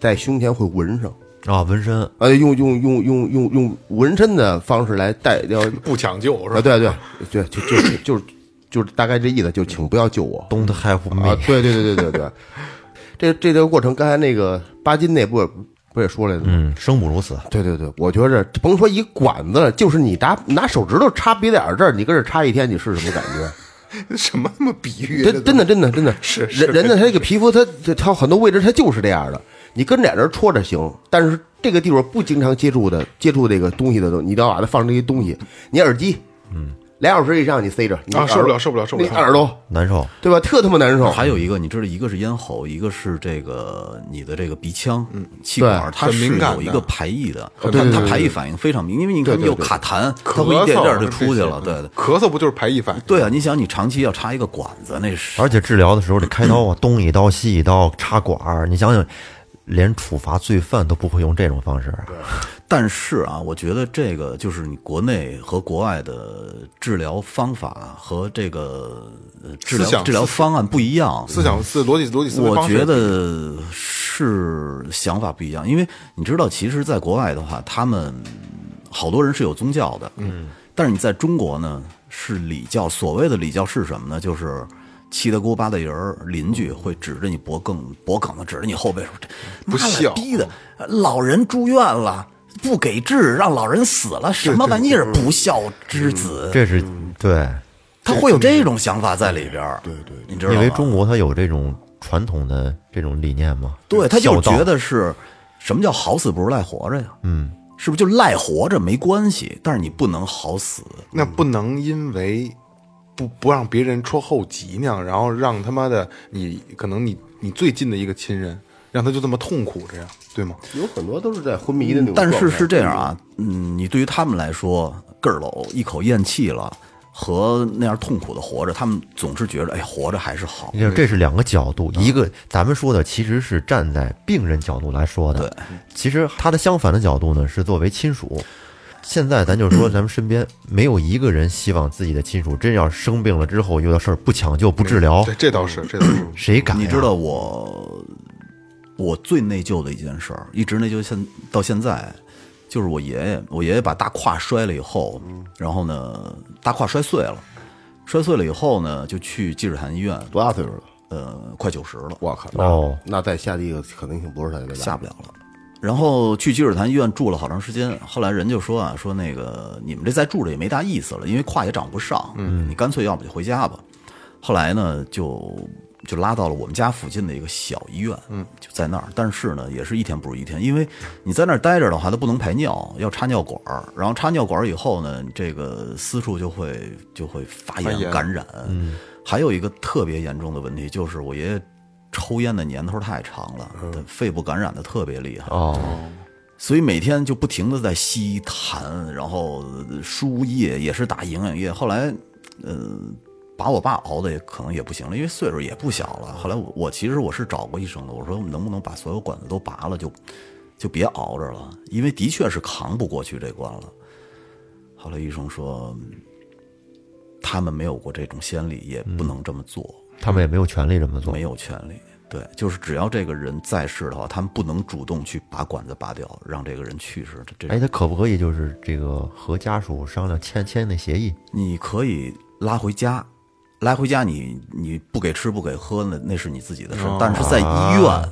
[SPEAKER 2] 在胸前会纹上，
[SPEAKER 1] 啊，纹身
[SPEAKER 2] 啊，用用用用用用纹身的方式来代要啊，
[SPEAKER 3] 不抢救是吧？
[SPEAKER 2] 对对对，就就就就就是大概这意思，就请不要救我
[SPEAKER 1] ，Don't have me，、
[SPEAKER 2] 啊！对对对对对对，这这个过程，刚才那个巴金那不也不也说来了吗？
[SPEAKER 1] 嗯，生不如死。
[SPEAKER 2] 对对对，我觉着甭说一管子了，就是你拿拿手指头插鼻梁这儿，你跟这儿插一天，你是什么感 觉？
[SPEAKER 3] 什么那么比喻？
[SPEAKER 2] 真真的真的真的
[SPEAKER 3] 是是
[SPEAKER 2] 人人的他这个皮肤，他他他很多位置他就是这样的。你跟在这儿戳着行，但是这个地方不经常接触的接触这个东西的时候，你都要把它放这些东西。你耳机，嗯，俩小时以上你塞着，你
[SPEAKER 3] 啊
[SPEAKER 2] 耳
[SPEAKER 3] 受不了受不了受不了
[SPEAKER 2] 你耳朵
[SPEAKER 1] 难受，
[SPEAKER 2] 对吧？特他妈难受。
[SPEAKER 4] 哦还有一个，你知道，一个是咽喉，一个是这个你的这个鼻腔、气管，它
[SPEAKER 3] 很
[SPEAKER 4] 是
[SPEAKER 3] 敏感的
[SPEAKER 4] 有一个排异的，它
[SPEAKER 3] 很敏感
[SPEAKER 4] 它排异反应非常明，因为你看
[SPEAKER 2] 对对
[SPEAKER 4] 有
[SPEAKER 2] 对
[SPEAKER 4] 卡痰，它
[SPEAKER 3] 咳
[SPEAKER 4] 会
[SPEAKER 3] 嗽啊
[SPEAKER 4] 一点点就出去了，对对。
[SPEAKER 3] 咳嗽不就是排异反应？
[SPEAKER 4] 对啊，你想你长期要插一个管子，那是
[SPEAKER 1] 而且治疗的时候得开刀啊，东一刀西一刀，插管儿。你想想，连处罚罪犯都不会用这种方式啊。
[SPEAKER 4] 但是啊，我觉得这个就是你国内和国外的治疗方法啊和这个呃治
[SPEAKER 3] 思
[SPEAKER 4] 疗
[SPEAKER 3] 想
[SPEAKER 4] 治疗方案不一样。
[SPEAKER 3] 思想是逻辑逻辑思维
[SPEAKER 4] 我
[SPEAKER 3] 方式
[SPEAKER 4] 觉得是想法不一样，因为你知道，其实在国外的话，他们好多人是有宗教的，嗯，但是你在中国呢是礼教。所谓的礼教是什么呢？就是七大姑八大姨儿邻居会指着你脖梗脖梗子指着你后背说：“这
[SPEAKER 3] 不
[SPEAKER 4] 妈了
[SPEAKER 3] 孝
[SPEAKER 4] 逼的，老人住院了。”不给治，让老人死了，什么玩意儿？不孝之子，
[SPEAKER 1] 这是对，
[SPEAKER 4] 他会有这种想法在里边儿。对对，你知道吗？
[SPEAKER 1] 因为中国它有这种传统的这种理念嘛。
[SPEAKER 4] 对他就
[SPEAKER 1] 孝道
[SPEAKER 4] 觉得是什么叫好死不如赖活着呀？嗯，是不是就赖活着没关系？但是你不能好死。
[SPEAKER 3] 那不能因为不不让别人戳后脊梁，然后让他妈的你可能你你最近的一个亲人，让他就这么痛苦这样，对吗？
[SPEAKER 2] 有很多都是在昏迷的那种
[SPEAKER 4] 但
[SPEAKER 2] 状态，
[SPEAKER 4] 是是这样啊，嗯，你对于他们来说，个儿搂一口咽气了。和那样痛苦的活着，他们总是觉得，哎，活着还是好
[SPEAKER 1] 你。看，这是两个角度，
[SPEAKER 4] 嗯
[SPEAKER 1] 一个咱们说的其实是站在病人角度来说的，其实他的相反的角度呢是作为亲属，现在咱就说，咱们身边没有一个人希望自己的亲属真要生病了之后遇到事儿不抢救不治疗。
[SPEAKER 3] 对，，这倒是，这倒 是
[SPEAKER 1] 谁敢呀？
[SPEAKER 4] 你知道我我最内疚的一件事儿，一直内疚现到现在，就是我爷爷，我爷爷把大胯摔了以后，然后呢，大胯摔碎了，摔碎了以后呢，就去积水潭医院，
[SPEAKER 2] 多大岁数了？
[SPEAKER 4] 呃，快九十了，
[SPEAKER 2] 我靠！
[SPEAKER 1] 哦
[SPEAKER 2] 嗯那，那再下地可能性不是特别大。
[SPEAKER 4] 下不了了。然后去积水潭医院住了好长时间，后来人就说啊，说那个你们这再住着也没大意思了，因为胯也长不上，嗯，你干脆要不就回家吧。后来呢，就就拉到了我们家附近的一个小医院，嗯，就在那儿。但是呢，也是一天不如一天，因为你在那儿待着的话，它不能排尿，要插尿管儿，然后插尿管儿以后呢，这个私处就会就会发
[SPEAKER 3] 发
[SPEAKER 4] 炎
[SPEAKER 3] 炎
[SPEAKER 4] 感染。嗯，还有一个特别严重的问题就是我爷爷。抽烟的年头太长了，他肺部感染的特别厉害，
[SPEAKER 1] 哦，
[SPEAKER 4] 所以每天就不停的在吸痰，然后呃输液也是打营养液。后来，呃，把我爸熬的也可能也不行了，因为岁数也不小了。后来我我其实我是找过医生的，我说能不能把所有管子都拔了，就就别熬着了，因为的确是扛不过去这关了。后来医生说，他们没有过这种先例，也不能这么做。
[SPEAKER 1] 他们也没有权利这么做
[SPEAKER 4] 没。有权利。对，就是只要这个人在世的话，他们不能主动去把管子拔掉，让这个人去世。这
[SPEAKER 1] 哎，
[SPEAKER 4] 这，
[SPEAKER 1] 他可不可以就是这个和家属商量签签那协议？
[SPEAKER 4] 你可以拉回家，拉回家你你不给吃不给喝，那那是你自己的事。但是在医院，呃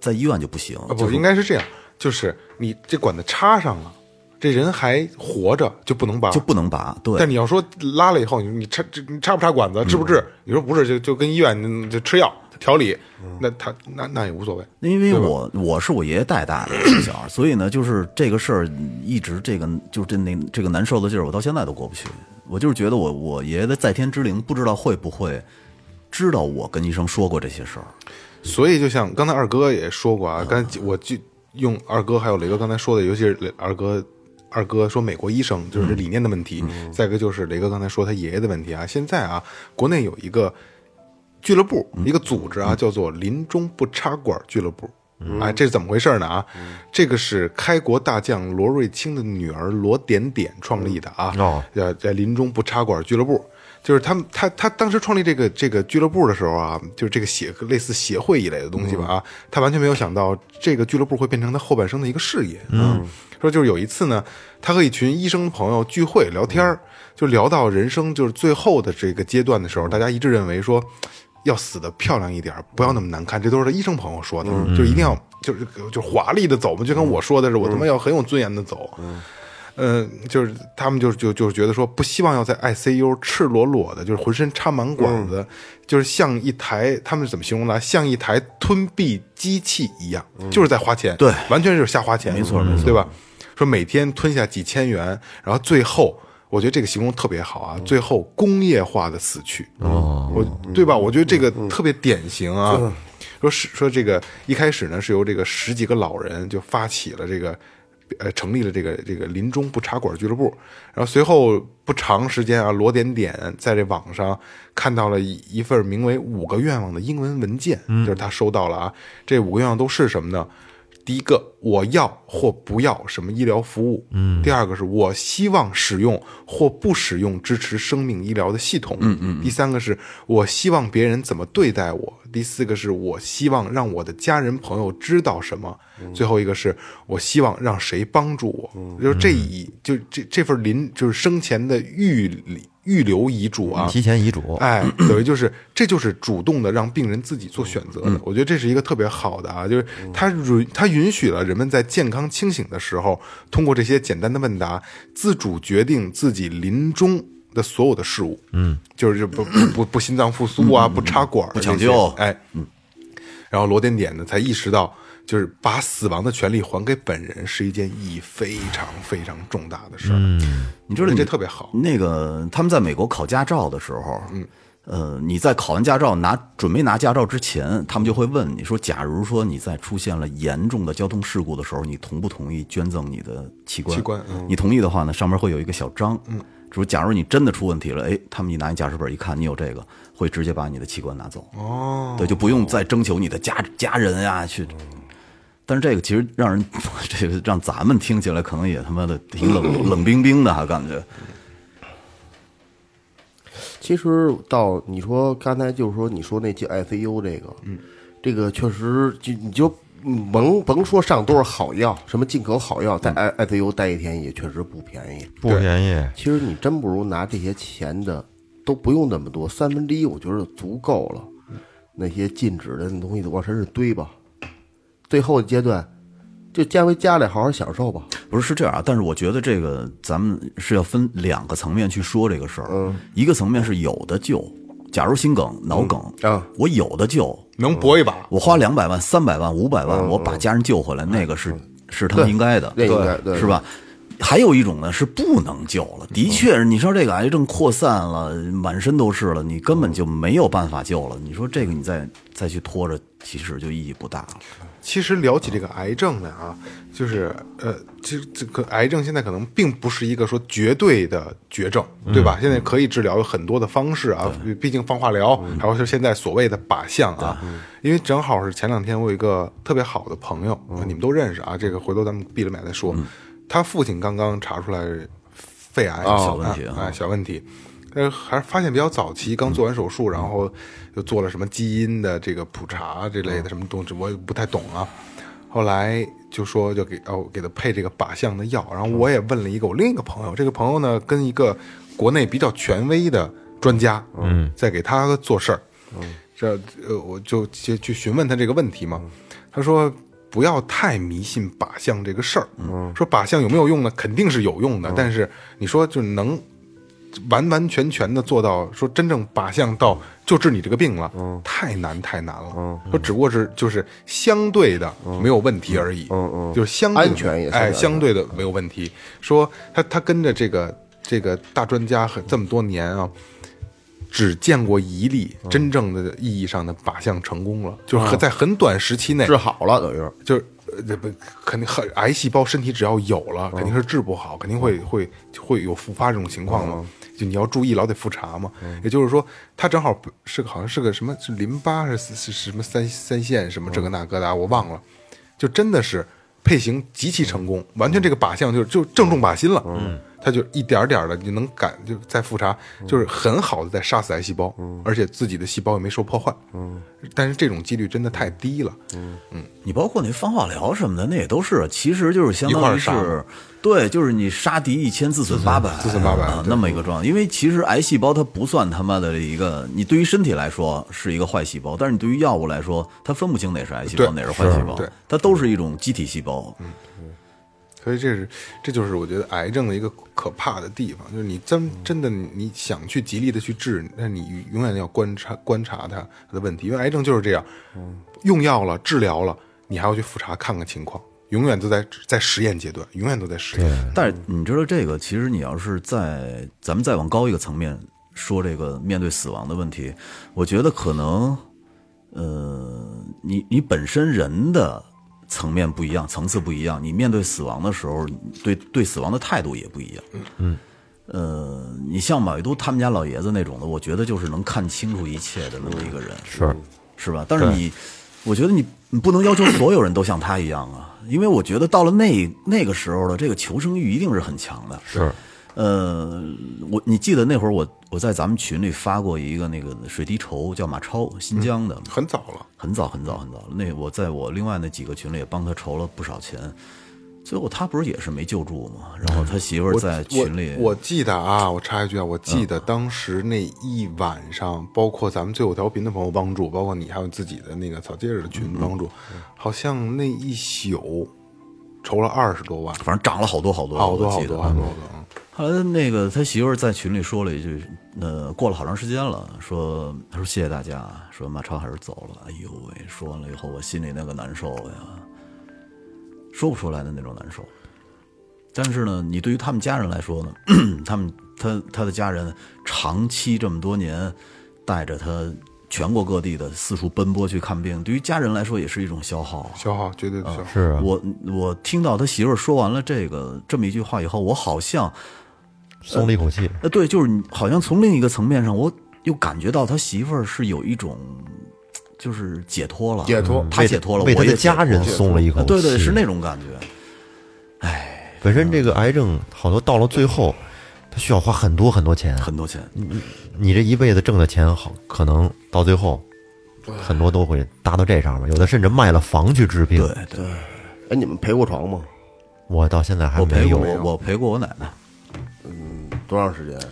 [SPEAKER 4] 在医院就不行。
[SPEAKER 3] 啊，
[SPEAKER 4] 就
[SPEAKER 3] 不，
[SPEAKER 4] 是
[SPEAKER 3] 应该是这样，就是你这管子插上了，这人还活着就不能拔，
[SPEAKER 4] 就不能拔，对
[SPEAKER 3] 但，你要说拉了以后，你你插这你插不插管子，治不治？你说不治，就就跟医院嗯就吃药调理，那他那那也无所谓。
[SPEAKER 4] 因为我我是我爷爷带大的从小，所以呢，就是这个事儿一直这个就是这那这个难受的劲儿，我到现在都过不去。我就是觉得我我爷爷的在天之灵不知道会不会知道我跟医生说过这些事儿，
[SPEAKER 3] 所以就像刚才二哥也说过啊，刚才我就用二哥还有雷哥刚才说的，尤其是雷二哥。二哥说：“美国医生就是这理念的问题，再一个就是雷哥刚才说他爷爷的问题啊。现在啊，国内有一个俱乐部，一个组织啊，叫做“临终不插管俱乐部”。哎，这是怎么回事呢？啊，这个是开国大将罗瑞卿的女儿罗点点创立的啊。
[SPEAKER 1] 哦
[SPEAKER 3] 呃，在临终不插管俱乐部，就是他们他他当时创立这个这个俱乐部的时候啊，就是这个协类似协会一类的东西吧啊，他完全没有想到这个俱乐部会变成他后半生的一个事业。嗯，说就是有一次呢，他和一群医生朋友聚会聊天儿，就聊到人生就是最后的这个阶段的时候，大家一致认为说。要死的漂亮一点儿，不要那么难看。这都是他医生朋友说的，就一定要就是就华丽的走嘛，就跟我说的是，我他妈要很有尊严的走。嗯，就是他们就是就就是觉得说不希望要在 ICU E 赤裸裸的，就是浑身插满管子，就是像一台他们是怎么形容的啊？像一台吞币机器一样，就是在花钱，
[SPEAKER 4] 对
[SPEAKER 3] 完全就是瞎花钱，没错没错，对吧？说每天吞下几千元，然后最后。我觉得这个形容特别好啊！最后工业化的死去，哦，嗯我对吧？我觉得这个特别典型啊。说是说这个一开始呢是由这个十几个老人就发起了这个。呃，成立了这个这个临终不插管俱乐部，然后随后不长时间啊，罗点点在这网上看到了一一份名为《五个愿望》的英文文件，就是他收到了啊。这五个愿望都是什么呢？第一个，我要或不要什么医疗服务；嗯，第二个是我希望使用或不使用支持生命医疗的系统；嗯嗯，第三个是我希望别人怎么对待我；第四个是我希望让我的家人朋友知道什么；最后一个是我希望让谁帮助我。就是这一就这这份临就是生前的预预留遗嘱啊，
[SPEAKER 1] 提前遗嘱，
[SPEAKER 3] 哎， 等于就是这就是主动的让病人自己做选择的，我觉得这是一个特别好的啊，就是它允它允许了人们在健康清醒的时候，通过这些简单的问答，自主决定自己临终。的所有的事物，嗯，就是不不不不心脏复苏啊，不插管儿
[SPEAKER 4] 不
[SPEAKER 3] 这些，
[SPEAKER 4] 抢救
[SPEAKER 3] 哎，然后罗点点呢才意识到，就是把死亡的权利还给本人是一件意义非常非常重大的事儿，嗯，
[SPEAKER 4] 你知道你
[SPEAKER 3] 这特别好，
[SPEAKER 4] 那个他们在美国考驾照的时候，嗯，呃，你在考完驾照拿准备拿驾照之前，他们就会问你说，假如说你在出现了严重的交通事故的时候，你同不同意捐赠你的器官？
[SPEAKER 3] 器官嗯
[SPEAKER 4] 你同意的话呢，上面会有一个小章，嗯，说假如你真的出问题了，哎，他们一拿你驾驶本一看，你有这个，会直接把你的器官拿走，
[SPEAKER 3] 哦，嗯
[SPEAKER 4] 对，就不用再征求你的家家人呀、去。但是这个其实让人， 这个让咱们听起来可能也他妈的 挺冷冷冰冰的，哈，感觉。
[SPEAKER 2] 其实到你说刚才就是说你说那进 ICU 这个，嗯，这个确实就你就嗯甭甭说上多少好药，什么进口好药，在 I ICU 待一天也确实不便宜。
[SPEAKER 1] 不便宜，
[SPEAKER 2] 其实你真不如拿这些钱的都不用那么多，三分之一我觉得足够了。那些禁止的那东西往身上堆吧，最后的阶段就家回家里好好享受吧。
[SPEAKER 4] 不是是这样啊，但是我觉得这个咱们是要分两个层面去说这个事儿。嗯，一个层面是有的救，假如心梗、脑梗，
[SPEAKER 2] 嗯啊
[SPEAKER 4] 我有的救，
[SPEAKER 3] 能搏一把，
[SPEAKER 4] 我花两百万、三百万、五百万，我把家人救回来，那个是是他们应该的，
[SPEAKER 2] 那应该嗯对嗯
[SPEAKER 4] 是吧？还有一种呢是不能救了，的确是，你说这个癌症扩散了，满身都是了，你根
[SPEAKER 2] 嗯
[SPEAKER 4] 本就没有办法救了。你说这个你再再去拖着，其实就意义不大了。
[SPEAKER 3] 其实聊起这个癌症来啊，就是呃，其实这个癌症现在可能并不是一个说绝对的绝症，
[SPEAKER 4] 嗯
[SPEAKER 3] 对吧？现在可以治疗有很多的方式啊，毕竟放化疗，
[SPEAKER 4] 嗯
[SPEAKER 3] 还有就是现在所谓的靶向啊。因为正好是前两天我有一个特别好的朋友，
[SPEAKER 4] 嗯
[SPEAKER 3] 你们都认识啊，这个回头咱们闭了麦再说。他父亲刚刚查出来肺癌
[SPEAKER 4] 小问题啊
[SPEAKER 3] 哎，小问题。但是还是发现比较早期，刚做完手术，然后又做了什么基因的这个普查之类的什么东西，我也不太懂啊。后来就说就给哦给他配这个靶向的药，然后我也问了一个我另一个朋友，这个朋友呢跟一个国内比较权威的专家，嗯，在给他做事儿，嗯，这呃我就去去询问他这个问题嘛，
[SPEAKER 2] 嗯
[SPEAKER 3] 他说。不要太迷信靶向这个事儿，嗯，说靶向有没有用呢？肯定是有用的，
[SPEAKER 2] 嗯
[SPEAKER 3] 但是你说就能完完全全的做到说真正靶向到就治你这个病了，
[SPEAKER 2] 嗯
[SPEAKER 3] 太难太难了。说只不过是就是相对的没有问题而已，就是相对的
[SPEAKER 2] 嗯安全也是
[SPEAKER 3] 哎
[SPEAKER 2] 安全
[SPEAKER 3] 相对的没有问题。说他他跟着这个这个大专家很这么多年啊。只见过一例真正的意义上的靶向成功了，就是很在很短时期内
[SPEAKER 2] 治好了等于是
[SPEAKER 3] 就是呃这不肯定很癌细胞身体只要有了，肯定是治不好，肯定会会会有复发这种情况嘛。就你要注意，老得复查嘛。也就是说，他正好不是个好像是个什么是淋巴是是是什么三三线什么这个那个的，我忘了。就真的是配型极其成功，完全这个靶向就就正中靶心了。嗯，他就一点点的，你能感就再复查，就是很好的在杀死癌细胞，而且自己的细胞也没受破坏。嗯，但是这种几率真的太低了。
[SPEAKER 4] 你包括那放化疗什么的，那也都是，其实就是相
[SPEAKER 3] 一块
[SPEAKER 4] 当
[SPEAKER 3] 儿
[SPEAKER 4] 于
[SPEAKER 3] 杀
[SPEAKER 4] 是，对，就是你杀敌一千，自损八百，
[SPEAKER 3] 自损八百
[SPEAKER 4] 啊
[SPEAKER 3] 对
[SPEAKER 4] 那么一个状态。因为其实癌细胞它不算他妈的一个，你对于身体来说是一个坏细胞，但是你对于药物来说，它分不清哪是癌细胞，
[SPEAKER 3] 对
[SPEAKER 4] 哪是坏细
[SPEAKER 3] 是
[SPEAKER 4] 胞
[SPEAKER 3] 对，嗯
[SPEAKER 4] 它都是一种机体细胞。
[SPEAKER 3] 所以这是，这就是我觉得癌症的一个可怕的地方，就是你真真的你想去极力的去治，但你永远要观察观察它它的问题，因为癌症就是这样，用药了治疗了，你还要去复查看看情况，永远都在在实验阶段，永远都在实验。
[SPEAKER 4] 但是你知道这个，其实你要是在咱们再往高一个层面说这个面对死亡的问题，我觉得可能，呃，你你本身人的层面不一样，层次不一样，你面对死亡的时候，对对死亡的态度也不一样。嗯呃，你像马未都他们家老爷子那种的，我觉得就是能看清楚一切的那么一个人，是是吧？但是你，我觉得你你不能要求所有人都像他一样啊，因为我觉得到了那那个时候的这个求生欲一定是很强的。
[SPEAKER 1] 是
[SPEAKER 4] 呃，我你记得那会儿我我在咱们群里发过一个那个水滴筹，叫马超，新疆的，
[SPEAKER 3] 很早了，
[SPEAKER 4] 很早很早很早了。那我在我另外那几个群里也帮他筹了不少钱，最后他不是也是没救助吗？然后他媳妇儿
[SPEAKER 3] 嗯我
[SPEAKER 4] 在
[SPEAKER 3] 我
[SPEAKER 4] 群里，嗯
[SPEAKER 3] 我记得啊，我插一句啊，我记得当时那一晚上，包括咱们最后调频的朋友帮助，包括你还有自己的那个草戒指的
[SPEAKER 4] 嗯
[SPEAKER 3] 群帮助，好像那一宿筹了二十多万。
[SPEAKER 4] 反正涨了好多好多，
[SPEAKER 3] 好多
[SPEAKER 4] 我
[SPEAKER 3] 好
[SPEAKER 4] 记得
[SPEAKER 3] 多好多好多，嗯
[SPEAKER 4] 后来那个他媳妇儿在群里说了一句，呃，过了好长时间了，说他说谢谢大家，说马超还是走了，哎呦喂，说完了以后我心里那个难受呀，说不出来的那种难受。但是呢，你对于他们家人来说呢， 他们他他的家人长期这么多年带着他全国各地的四处奔波去看病，对于家人来说也是一种消耗。
[SPEAKER 3] 消耗绝对
[SPEAKER 4] 嗯
[SPEAKER 3] 的消耗。
[SPEAKER 1] 是啊，
[SPEAKER 4] 我我听到他媳妇儿说完了这个这么一句话以后，我好像
[SPEAKER 1] 松了一口气，
[SPEAKER 4] 呃，对，就是你好像从另一个层面上，我又感觉到他媳妇儿是有一种就是解脱了，嗯
[SPEAKER 2] 解脱
[SPEAKER 4] 他解脱了，
[SPEAKER 1] 为
[SPEAKER 4] 我
[SPEAKER 1] 他
[SPEAKER 4] 也
[SPEAKER 1] 的
[SPEAKER 4] 解脱
[SPEAKER 1] 家人松了一口
[SPEAKER 4] 啊
[SPEAKER 1] 气。
[SPEAKER 4] 对对，是那种感觉。
[SPEAKER 1] 本身这个癌症好多到了最后，他需要花很多很多钱，
[SPEAKER 4] 很多钱，
[SPEAKER 1] 嗯你这一辈子挣的钱好，可能到最后很多都会搭到这上面，有的甚至卖了房去治病。
[SPEAKER 4] 对对，
[SPEAKER 2] 哎，你们陪过床吗？
[SPEAKER 1] 我到现在还
[SPEAKER 4] 我陪
[SPEAKER 1] 没
[SPEAKER 4] 过
[SPEAKER 1] 有，
[SPEAKER 4] 我我陪过我奶奶，
[SPEAKER 2] 多长时间？啊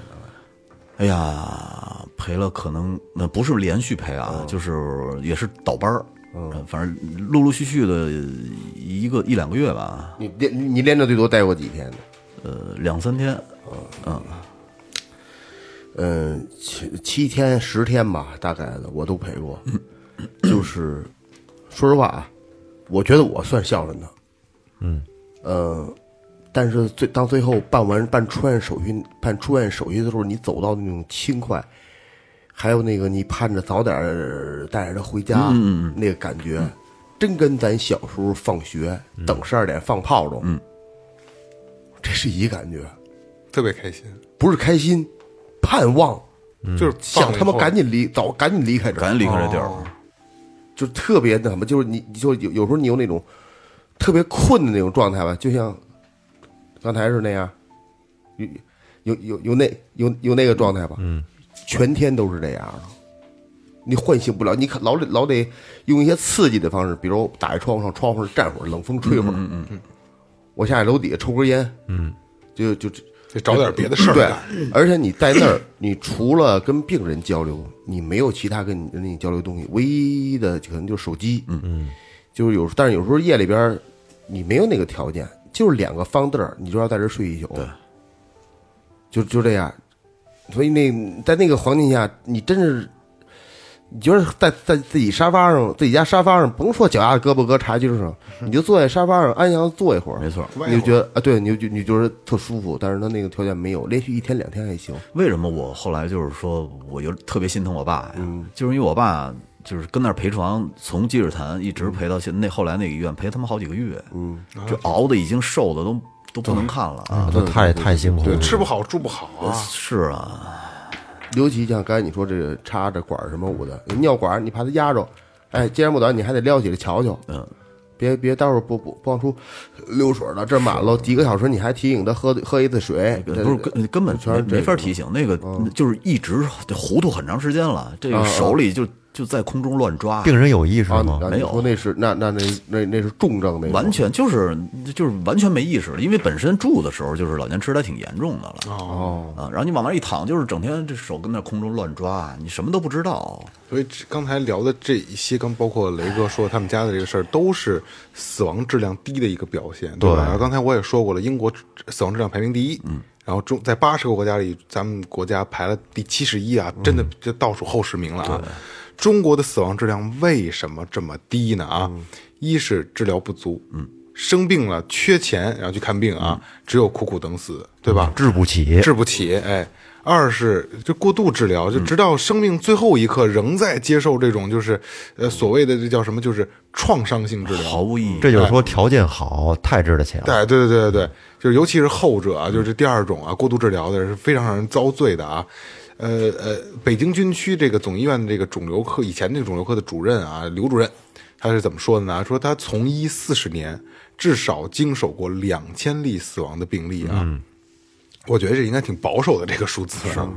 [SPEAKER 4] 哎呀，陪了可能那不是连续陪
[SPEAKER 1] 嗯
[SPEAKER 4] 啊，就是也是倒班儿，嗯，反正陆陆续续的一个一两个月吧，
[SPEAKER 2] 你连你连着最多待过几天呢？
[SPEAKER 4] 呃，两三天，
[SPEAKER 2] 嗯，七七天十天吧，大概的我都陪过。 就是说实话啊，我觉得我算孝顺的。嗯，呃，但是最当最后办完办出院手续、办出院手续的时候，你走到那种轻快，还有那个你盼着早点儿带着他回家，那个感觉，真跟咱小时候放学、等十二点放炮仗，嗯，这是一感觉，
[SPEAKER 3] 特别开心，
[SPEAKER 2] 不是开心，盼望。
[SPEAKER 4] 嗯
[SPEAKER 3] 就是
[SPEAKER 2] 想他妈赶
[SPEAKER 3] 紧
[SPEAKER 2] 紧离，早赶紧离开这儿，
[SPEAKER 4] 赶紧离开这地儿。
[SPEAKER 1] 哦
[SPEAKER 2] 就特别那什么，就是你你就有有时候你有那种特别困的那种状态吧，就像刚才是那样，有有有有那有有那个状态吧，嗯，全天都是这样的，你唤醒不了，你可老得老得用一些刺激的方式，比如打开窗户上，窗户上站会儿，冷风吹会儿，嗯嗯我下去楼底下抽根烟，嗯，就就
[SPEAKER 3] 得找
[SPEAKER 4] 嗯
[SPEAKER 3] 点别的事儿
[SPEAKER 2] 对
[SPEAKER 3] 干，，
[SPEAKER 2] 而且你在那儿，你除了跟病人交流，你没有其他跟人家交流的东西，唯一的可能就是手机。嗯嗯，就是有，但是有时候夜里边儿你没有那个条件，就是两个方凳儿，你就要在这儿睡一宿。对，就就这样，所以那在那个环境下，你真是。你觉得在在自己沙发上，自己家沙发上，甭说脚丫子、胳膊搁茶几上，你就坐在沙发上安详坐一会儿，
[SPEAKER 4] 没错
[SPEAKER 2] 你就觉得啊，对，你就觉你就是特舒服，但是他那个条件没有，连续一天两天还行，
[SPEAKER 4] 为什么我后来就是说，我就特别心疼我爸呀？
[SPEAKER 2] 嗯
[SPEAKER 4] 就是因为我爸就是跟那儿陪床，从积水潭一直陪到现那后来那个医院，陪他们好几个月，嗯，
[SPEAKER 2] 啊
[SPEAKER 4] 就熬的已经瘦的都都不能看了
[SPEAKER 2] 嗯
[SPEAKER 4] 啊。
[SPEAKER 1] 啊，这太太辛苦
[SPEAKER 4] 嗯
[SPEAKER 3] 对，
[SPEAKER 1] 了。
[SPEAKER 3] 吃不好住不好啊，
[SPEAKER 4] 是啊，
[SPEAKER 2] 尤其像刚才你说这个插着管儿什么捂的，尿管儿你怕它压着，哎，截然不短，你还得撩起来瞧瞧，嗯，别别待会儿不不不往出溜水了，这满了几个小时，你还提醒他喝喝一次水，
[SPEAKER 4] 哎不是根根本
[SPEAKER 2] 全是
[SPEAKER 4] 没没法
[SPEAKER 2] 这个啊嗯
[SPEAKER 4] 提醒，那个就是一直糊涂很长时间了，这个手里就就在空中乱抓，
[SPEAKER 1] 病人有意识
[SPEAKER 2] 啊，
[SPEAKER 1] 吗
[SPEAKER 2] 啊？
[SPEAKER 4] 没
[SPEAKER 2] 你
[SPEAKER 4] 有
[SPEAKER 2] 说那是那那那那那是重症那种
[SPEAKER 4] 完全就是就是完全没意识了，因为本身住的时候就是老年痴呆挺严重的了。哦啊，然后你往那儿一躺，就是整天这手跟那空中乱抓，你什么都不知道。
[SPEAKER 3] 所以这刚才聊的这一些，刚包括雷哥说他们家的这个事儿，都是死亡质量低的一个表现，对吧？刚才我也说过了，英国死亡质量排名第一，嗯，然后中在八十个国家里，咱们国家排了第七十一啊，真的就倒数后十名了啊。中国的死亡质量为什么这么低呢？啊，一是治疗不足，嗯，生病了缺钱，然后去看病啊，只有苦苦等死，对
[SPEAKER 1] 嗯
[SPEAKER 3] 吧？
[SPEAKER 1] 治不起，
[SPEAKER 3] 治不起，哎。二是就过度治疗，就直到生命最后一刻仍在接受这种就是，呃，所谓的这叫什么，就是创伤性治疗。
[SPEAKER 4] 毫无意义。
[SPEAKER 1] 这就是说条件好，太治得起了。
[SPEAKER 3] 对对对对对，就是尤其是后者啊，就是这第二种啊，过度治疗的是非常让人遭罪的啊。呃呃，北京军区这个总医院的这个肿瘤科以前这个肿瘤科的主任啊，刘主任，他是怎么说的呢？说他从医四十年，至少经手过两千例死亡的病例啊。我觉得这应该挺保守的这个数字啊。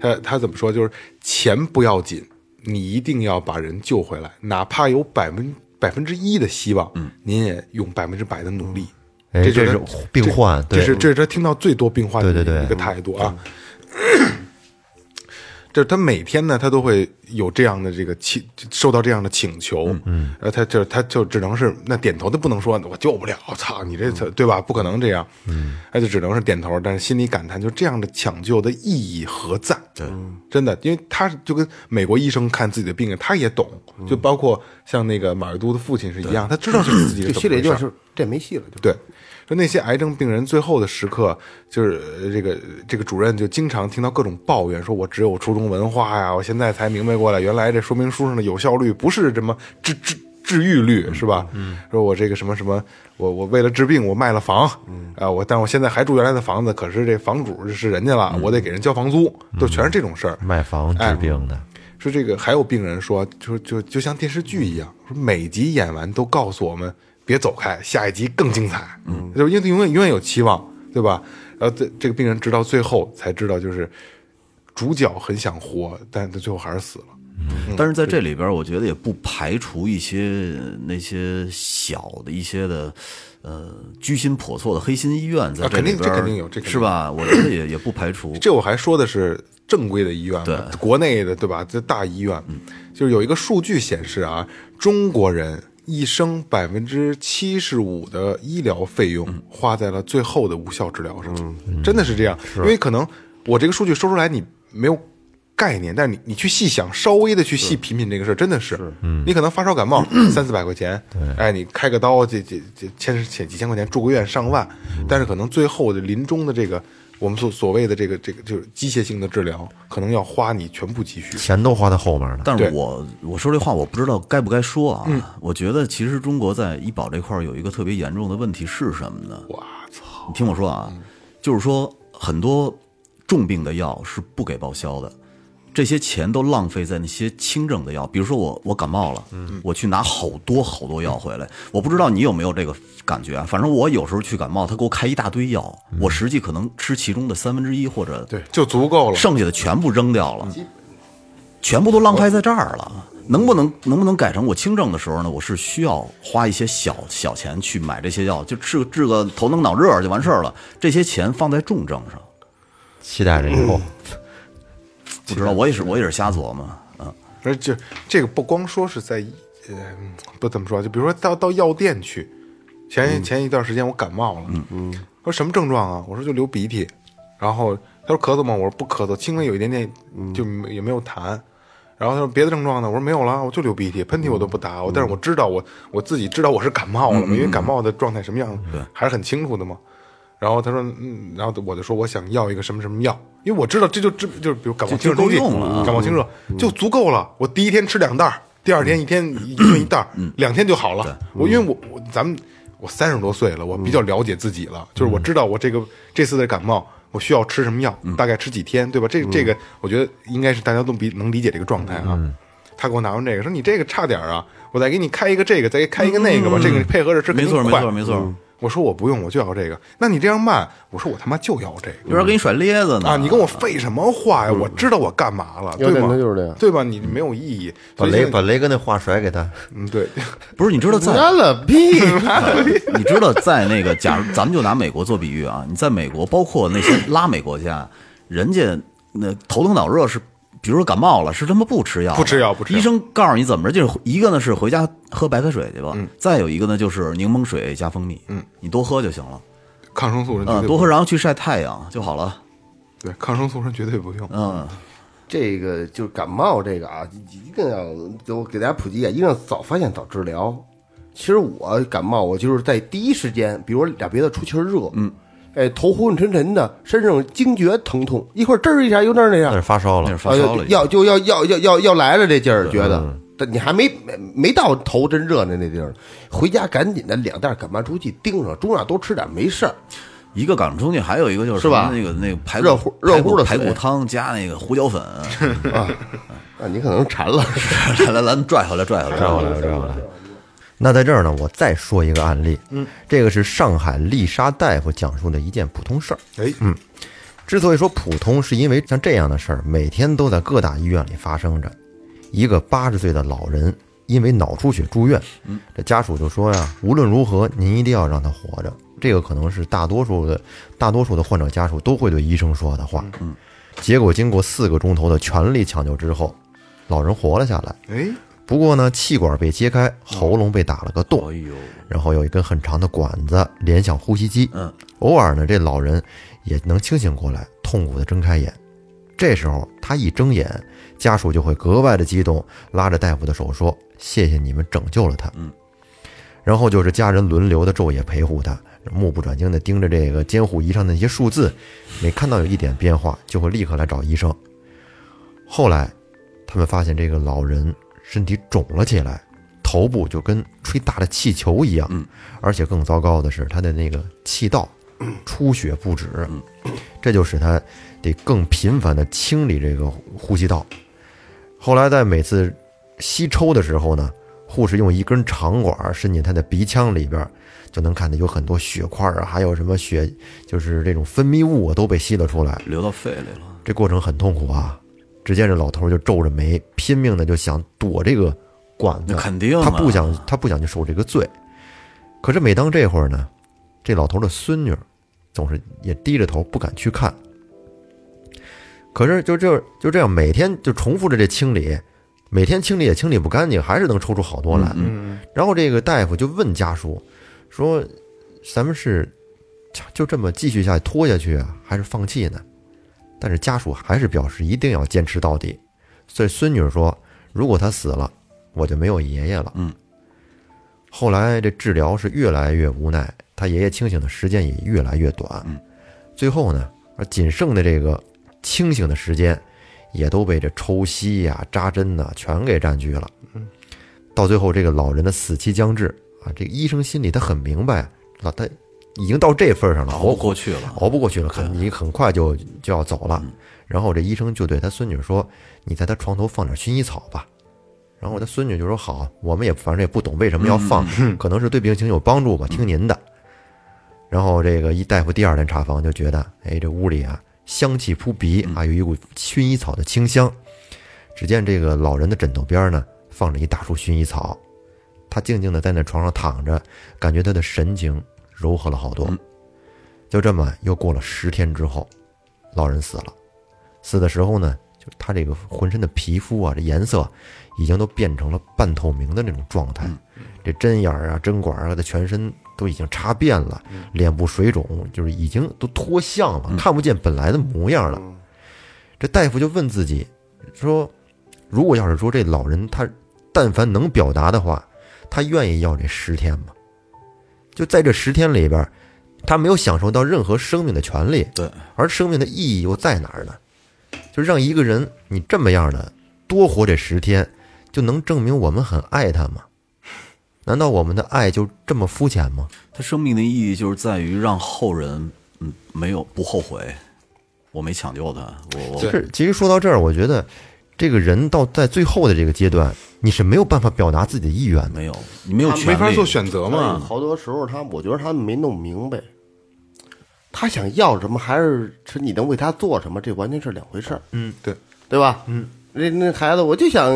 [SPEAKER 3] 他他怎么说？就是钱不要紧，你一定要把人救回来，哪怕有百分百分之一的希望，您也用百分之百的努力。
[SPEAKER 1] 嗯哎，
[SPEAKER 3] 就
[SPEAKER 1] 这
[SPEAKER 3] 是
[SPEAKER 1] 是
[SPEAKER 3] 他
[SPEAKER 1] 病患，
[SPEAKER 3] 这
[SPEAKER 1] 对，
[SPEAKER 3] 是这是他听到最多病患的
[SPEAKER 1] 对对对
[SPEAKER 3] 一个态度啊。这他每天呢，他都会有这样的这个请，受到这样的请求，嗯，呃，他就他就只能是那点头，他不能说我救不了，操你这对吧？不可能这样，嗯，他就只能是点头，但是心里感叹，就这样的抢救的意义何在？对，真的，因为他就跟美国医生看自己的病人，他也懂，就包括像那个马尔都的父亲是一样，他知道是自己
[SPEAKER 2] 就
[SPEAKER 3] 的
[SPEAKER 2] 心里就是这没戏了，就
[SPEAKER 3] 对，说那些癌症病人最后的时刻，就是呃这个这个主任就经常听到各种抱怨，说我只有初中文化呀，我现在才明白过来，原来这说明书上的有效率不是什么治治。治愈率是吧？嗯，说我这个什么什么，我我为了治病，我卖了房，啊、我但我现在还住原来的房子，可嗯是这房主是人家了，我得给人交房租，都全是这种事儿。
[SPEAKER 4] 哎
[SPEAKER 1] 卖房治病的，
[SPEAKER 3] 说这个还有病人说，就就就像电视剧一样，说每集演完都告诉我们别走开，下一集更精彩，嗯，就是因为永远永远有期望，对吧？然后这这个病人直到最后才知道，就是主角很想活，但他最后还是死了。
[SPEAKER 4] 但是在这里边儿，我觉得也不排除一些呃那些小的一些的，呃，居心叵测的黑心医院在
[SPEAKER 3] 啊肯
[SPEAKER 4] 里
[SPEAKER 3] 定
[SPEAKER 4] 边儿，
[SPEAKER 3] 这肯定有这肯定
[SPEAKER 4] 是吧？我觉得也也不排除。
[SPEAKER 3] 这我还说的是正规的医院嘛，
[SPEAKER 4] 对
[SPEAKER 3] 国内的对嗯吧？这大医院，就是有一个数据显示啊，中国人一生百分之七十五的医疗费用花在了最后的无效治疗上，真嗯的是这样。因为可能我这个数据说出来你没有。概念，但是你你去细想，稍微的去细品品这个事儿，真的是，嗯你可能发烧感 冒三四百块钱，哎，你开个刀，这这这千千几千块钱，住个院上万，但是可能最后的临终的这个我们所所谓的这个这个就是机械性的治疗，可能要花你全部积蓄。
[SPEAKER 1] 钱都花在后面了。
[SPEAKER 4] 但
[SPEAKER 3] 对嗯
[SPEAKER 4] 是我我说这话我不知道该不该说啊。我觉得其实中国在医保这块儿有一个特别严重的问题是什么呢？
[SPEAKER 3] 我操，
[SPEAKER 4] 你听我说啊，就是说很多重病的药是不给报销的，这些钱都浪费在那些轻症的药。比如说我我感冒了，我去拿好多好多药回来，我不知道你有没有这个感觉啊？反正我有时候去感冒，他给我开一大堆药，我实际可能吃其中的三分之一或者
[SPEAKER 3] 对，就足够了。
[SPEAKER 4] 剩下的全部扔掉了，全部都浪费在这儿了。能不能能不能改成我轻症的时候呢？我是需要花一些小小钱去买这些药，就治治个头疼脑热就完事儿了。这些钱放在重症上，
[SPEAKER 1] 期待着以
[SPEAKER 4] 嗯
[SPEAKER 1] 后，
[SPEAKER 4] 不知道我也是我也是瞎琢磨啊。
[SPEAKER 3] 而且这个不光说是在，呃，不怎么说，就比如说到到药店去，前、
[SPEAKER 4] 嗯
[SPEAKER 3] 前一段时间我感冒了，嗯嗯，说什么症状啊？我说就流鼻涕，然后他说咳嗽吗？我说不咳嗽，轻微有一点点，
[SPEAKER 4] 嗯
[SPEAKER 3] 就没也没有痰。然后他说别的症状呢？我说没有了，我就流鼻涕、喷嚏，我都不
[SPEAKER 4] 嗯
[SPEAKER 3] 打。我但是我知道我我自己知道我是感冒了嘛，因为感冒的状态什么样还是很清楚的嘛。然后他说，嗯，然后我就说我想要一个什么什么药，因为我知道这就治就是比如感冒清热
[SPEAKER 4] 就
[SPEAKER 3] 冲
[SPEAKER 4] 就
[SPEAKER 3] 剂，
[SPEAKER 4] 够用了啊
[SPEAKER 3] 感冒清热就足够了。我第一天吃两袋儿，第
[SPEAKER 4] 嗯
[SPEAKER 3] 二天一天一顿一袋儿， 两天就好了。我因为我我咱们我三十多岁
[SPEAKER 4] 嗯
[SPEAKER 3] 了，我比较了解自己了，就是我知道我这个这次的感冒。我需要吃什么药？
[SPEAKER 4] 嗯
[SPEAKER 3] 大概吃几天，对吧？这这个，我觉得应该是大家都比能理解这个状态啊。
[SPEAKER 4] 嗯
[SPEAKER 3] 他给我拿完这个，说你这个差点儿啊，我再给你开一个这个，再给开一个那个吧，这个配合着吃肯
[SPEAKER 4] 嗯没
[SPEAKER 3] 定
[SPEAKER 4] 错
[SPEAKER 3] 快。
[SPEAKER 4] 没错没错，
[SPEAKER 3] 我说我不用，我就要这个。那你这样慢，我说我他妈就要这
[SPEAKER 4] 有
[SPEAKER 3] 个
[SPEAKER 4] 人给你甩咧子呢
[SPEAKER 3] 啊！你嗯跟我废什么话呀？我知道我干嘛了，对
[SPEAKER 2] 有点
[SPEAKER 3] 吗？
[SPEAKER 2] 他就是这样
[SPEAKER 3] 对吧？你没有意义。
[SPEAKER 1] 把
[SPEAKER 3] 所以
[SPEAKER 1] 雷
[SPEAKER 3] 现在
[SPEAKER 1] 把雷哥那话甩给他，
[SPEAKER 3] 嗯，对，
[SPEAKER 4] 不是你知道在
[SPEAKER 2] 完了屁！
[SPEAKER 4] 你知道在那个，假如咱们就拿美国做比喻啊，你在美国，包括那些拉美国家，人家那头疼脑热是，比如说感冒了，是他妈不吃药的，
[SPEAKER 3] 不吃药不吃药
[SPEAKER 4] 医生告诉你怎么着，就是一个呢是回家喝白开水去吧，再有一个呢就是柠檬水加蜂蜜，嗯，你多喝就行了，
[SPEAKER 3] 抗生素人绝
[SPEAKER 4] 嗯，
[SPEAKER 3] 对
[SPEAKER 4] 多
[SPEAKER 3] 不
[SPEAKER 4] 喝然后去晒太阳就好了，
[SPEAKER 3] 对抗生素人绝对不用。
[SPEAKER 4] 嗯，
[SPEAKER 2] 这个就是感冒这个啊，一定要我给大家普及啊，一定要早发现早治疗。其实我感冒，我就是在第一时间，比如说俩鼻子出气儿热，嗯，哎，头昏昏沉沉的，身上有惊厥疼痛，一会儿这儿一下又那儿那
[SPEAKER 1] 那
[SPEAKER 2] 样
[SPEAKER 1] 是，发烧
[SPEAKER 4] 那是
[SPEAKER 1] 了，
[SPEAKER 4] 哎发烧了
[SPEAKER 2] 啊
[SPEAKER 4] 已经，嗯
[SPEAKER 2] 要就要要要要要来了这劲儿，觉得，但你还没没没到头真热呢那地儿呢，回家赶紧的两袋感冒除剂盯上，中药多吃点没事儿，
[SPEAKER 4] 一个港冲剂，还有一个就是
[SPEAKER 2] 是吧
[SPEAKER 4] 那个那个排骨
[SPEAKER 2] 热乎热乎的
[SPEAKER 4] 排骨排
[SPEAKER 2] 水
[SPEAKER 4] 骨汤加那个胡椒粉，
[SPEAKER 2] 啊，你可能馋了，
[SPEAKER 4] 来来来，拽回来拽回来，
[SPEAKER 1] 知道了知道了。那在这儿呢，我再说一个案例，嗯，这个是上海丽莎大夫讲述的一件普通事儿。
[SPEAKER 3] 哎，嗯，
[SPEAKER 1] 之所以说普通，是因为像这样的事儿每天都在各大医院里发生着。一个八十岁的老人因为脑出血住院，这家属就说呀、无论如何您一定要让他活着。这个可能是大多数的大多数的患者家属都会对医生说的话。结果经过四个钟头的全力抢救之后，老人活了下来。
[SPEAKER 3] 哎，
[SPEAKER 1] 不过呢，气管被揭开，喉咙被打了个洞
[SPEAKER 4] 哎，呦，
[SPEAKER 1] 然后有一根很长的管子连向呼吸机。
[SPEAKER 4] 嗯，
[SPEAKER 1] 偶尔呢，这老人也能清醒过来，痛苦地睁开眼。这时候他一睁眼，家属就会格外的激动，拉着大夫的手说：“谢谢你们拯救了他。”嗯，然后就是家人轮流的昼夜陪护他，目不转睛地盯着这个监护仪上的那些数字，每看到有一点变化，就会立刻来找医生。后来，他们发现这个老人身体肿了起来，头部就跟吹大的气球一样，而且更糟糕的是，他的那个气道出血不止，这就使他得更频繁的清理这个呼吸道。后来在每次吸抽的时候呢，护士用一根长管伸进他的鼻腔里边，就能看到有很多血块啊，还有什么血，就是这种分泌物啊，都被吸了出来。
[SPEAKER 4] 流到肺里了。
[SPEAKER 1] 这过程很痛苦啊！只见这老头就皱着眉，拼命的就想躲这个管子，
[SPEAKER 4] 那肯定啊
[SPEAKER 1] 他不想，他不想去受这个罪。可是每当这会儿呢，这老头的孙女总是也低着头不敢去看。可是就这就这样，每天就重复着这清理，每天清理也清理不干净，还是能抽出好多来。然后这个大夫就问家属说：“咱们是就这么继续下去拖下去啊，还是放弃呢？”但是家属还是表示一定要坚持到底。所以孙女说：“如果他死了，我就没有爷爷了。”嗯。后来这治疗是越来越无奈，他爷爷清醒的时间也越来越短。嗯。最后呢，而仅剩的这个清醒的时间，也都被这抽吸呀、扎针呐、全给占据了。嗯。到最后，这个老人的死期将至啊，这个医生心里他很明白，老他已经到这份儿上了，
[SPEAKER 4] 熬
[SPEAKER 1] 我
[SPEAKER 4] 不过去了，
[SPEAKER 1] 熬不过去了，肯你很快就就要走了。然后这医生就对他孙女说：“你在他床头放点薰衣草吧。”然后他孙女就说：“好，我们也反正也不懂为什么要放，可能是对病情有帮助吧，听您的。”然后这个一大夫第二天查房就觉得，哎，这屋里啊香气扑鼻啊，有一股薰衣草的清香。只见这个老人的枕头边呢放着一大束薰衣草，他静静的在那床上躺着，感觉他的神情柔和了好多。就这么又过了十天之后，老人死了。死的时候呢，就是他这个浑身的皮肤啊，这颜色已经都变成了半透明的那种状态，这针眼儿啊、针管儿啊，他全身都已经插遍了，脸部水肿，就是已经都脱相了，看不见本来的模样了。这大夫就问自己说：“如果要是说这老人他但凡能表达的话，他愿意要这十天吗？就在这十天里边，他没有享受到任何生命的权利，
[SPEAKER 4] 对，
[SPEAKER 1] 而生命的意义又在哪儿呢？就让一个人你这么样的多活这十天，就能证明我们很爱他吗？难道我们的爱就这么肤浅吗？
[SPEAKER 4] 他生命的意义就是在于让后人嗯没有不后悔，我没抢救他，我我
[SPEAKER 1] 是，其实说到这儿，我觉得这个人到在最后的这个阶段，你是没有办法表达自己的意愿的。
[SPEAKER 4] 没有，你没有
[SPEAKER 3] 他
[SPEAKER 4] 权利，
[SPEAKER 3] 没法做选择嘛。
[SPEAKER 2] 好多时候他，我觉得他们没弄明白，他想要什么，还是是你能为他做什么，这完全是两回事儿，
[SPEAKER 3] 嗯，对，
[SPEAKER 2] 对吧？嗯，那那孩子，我就想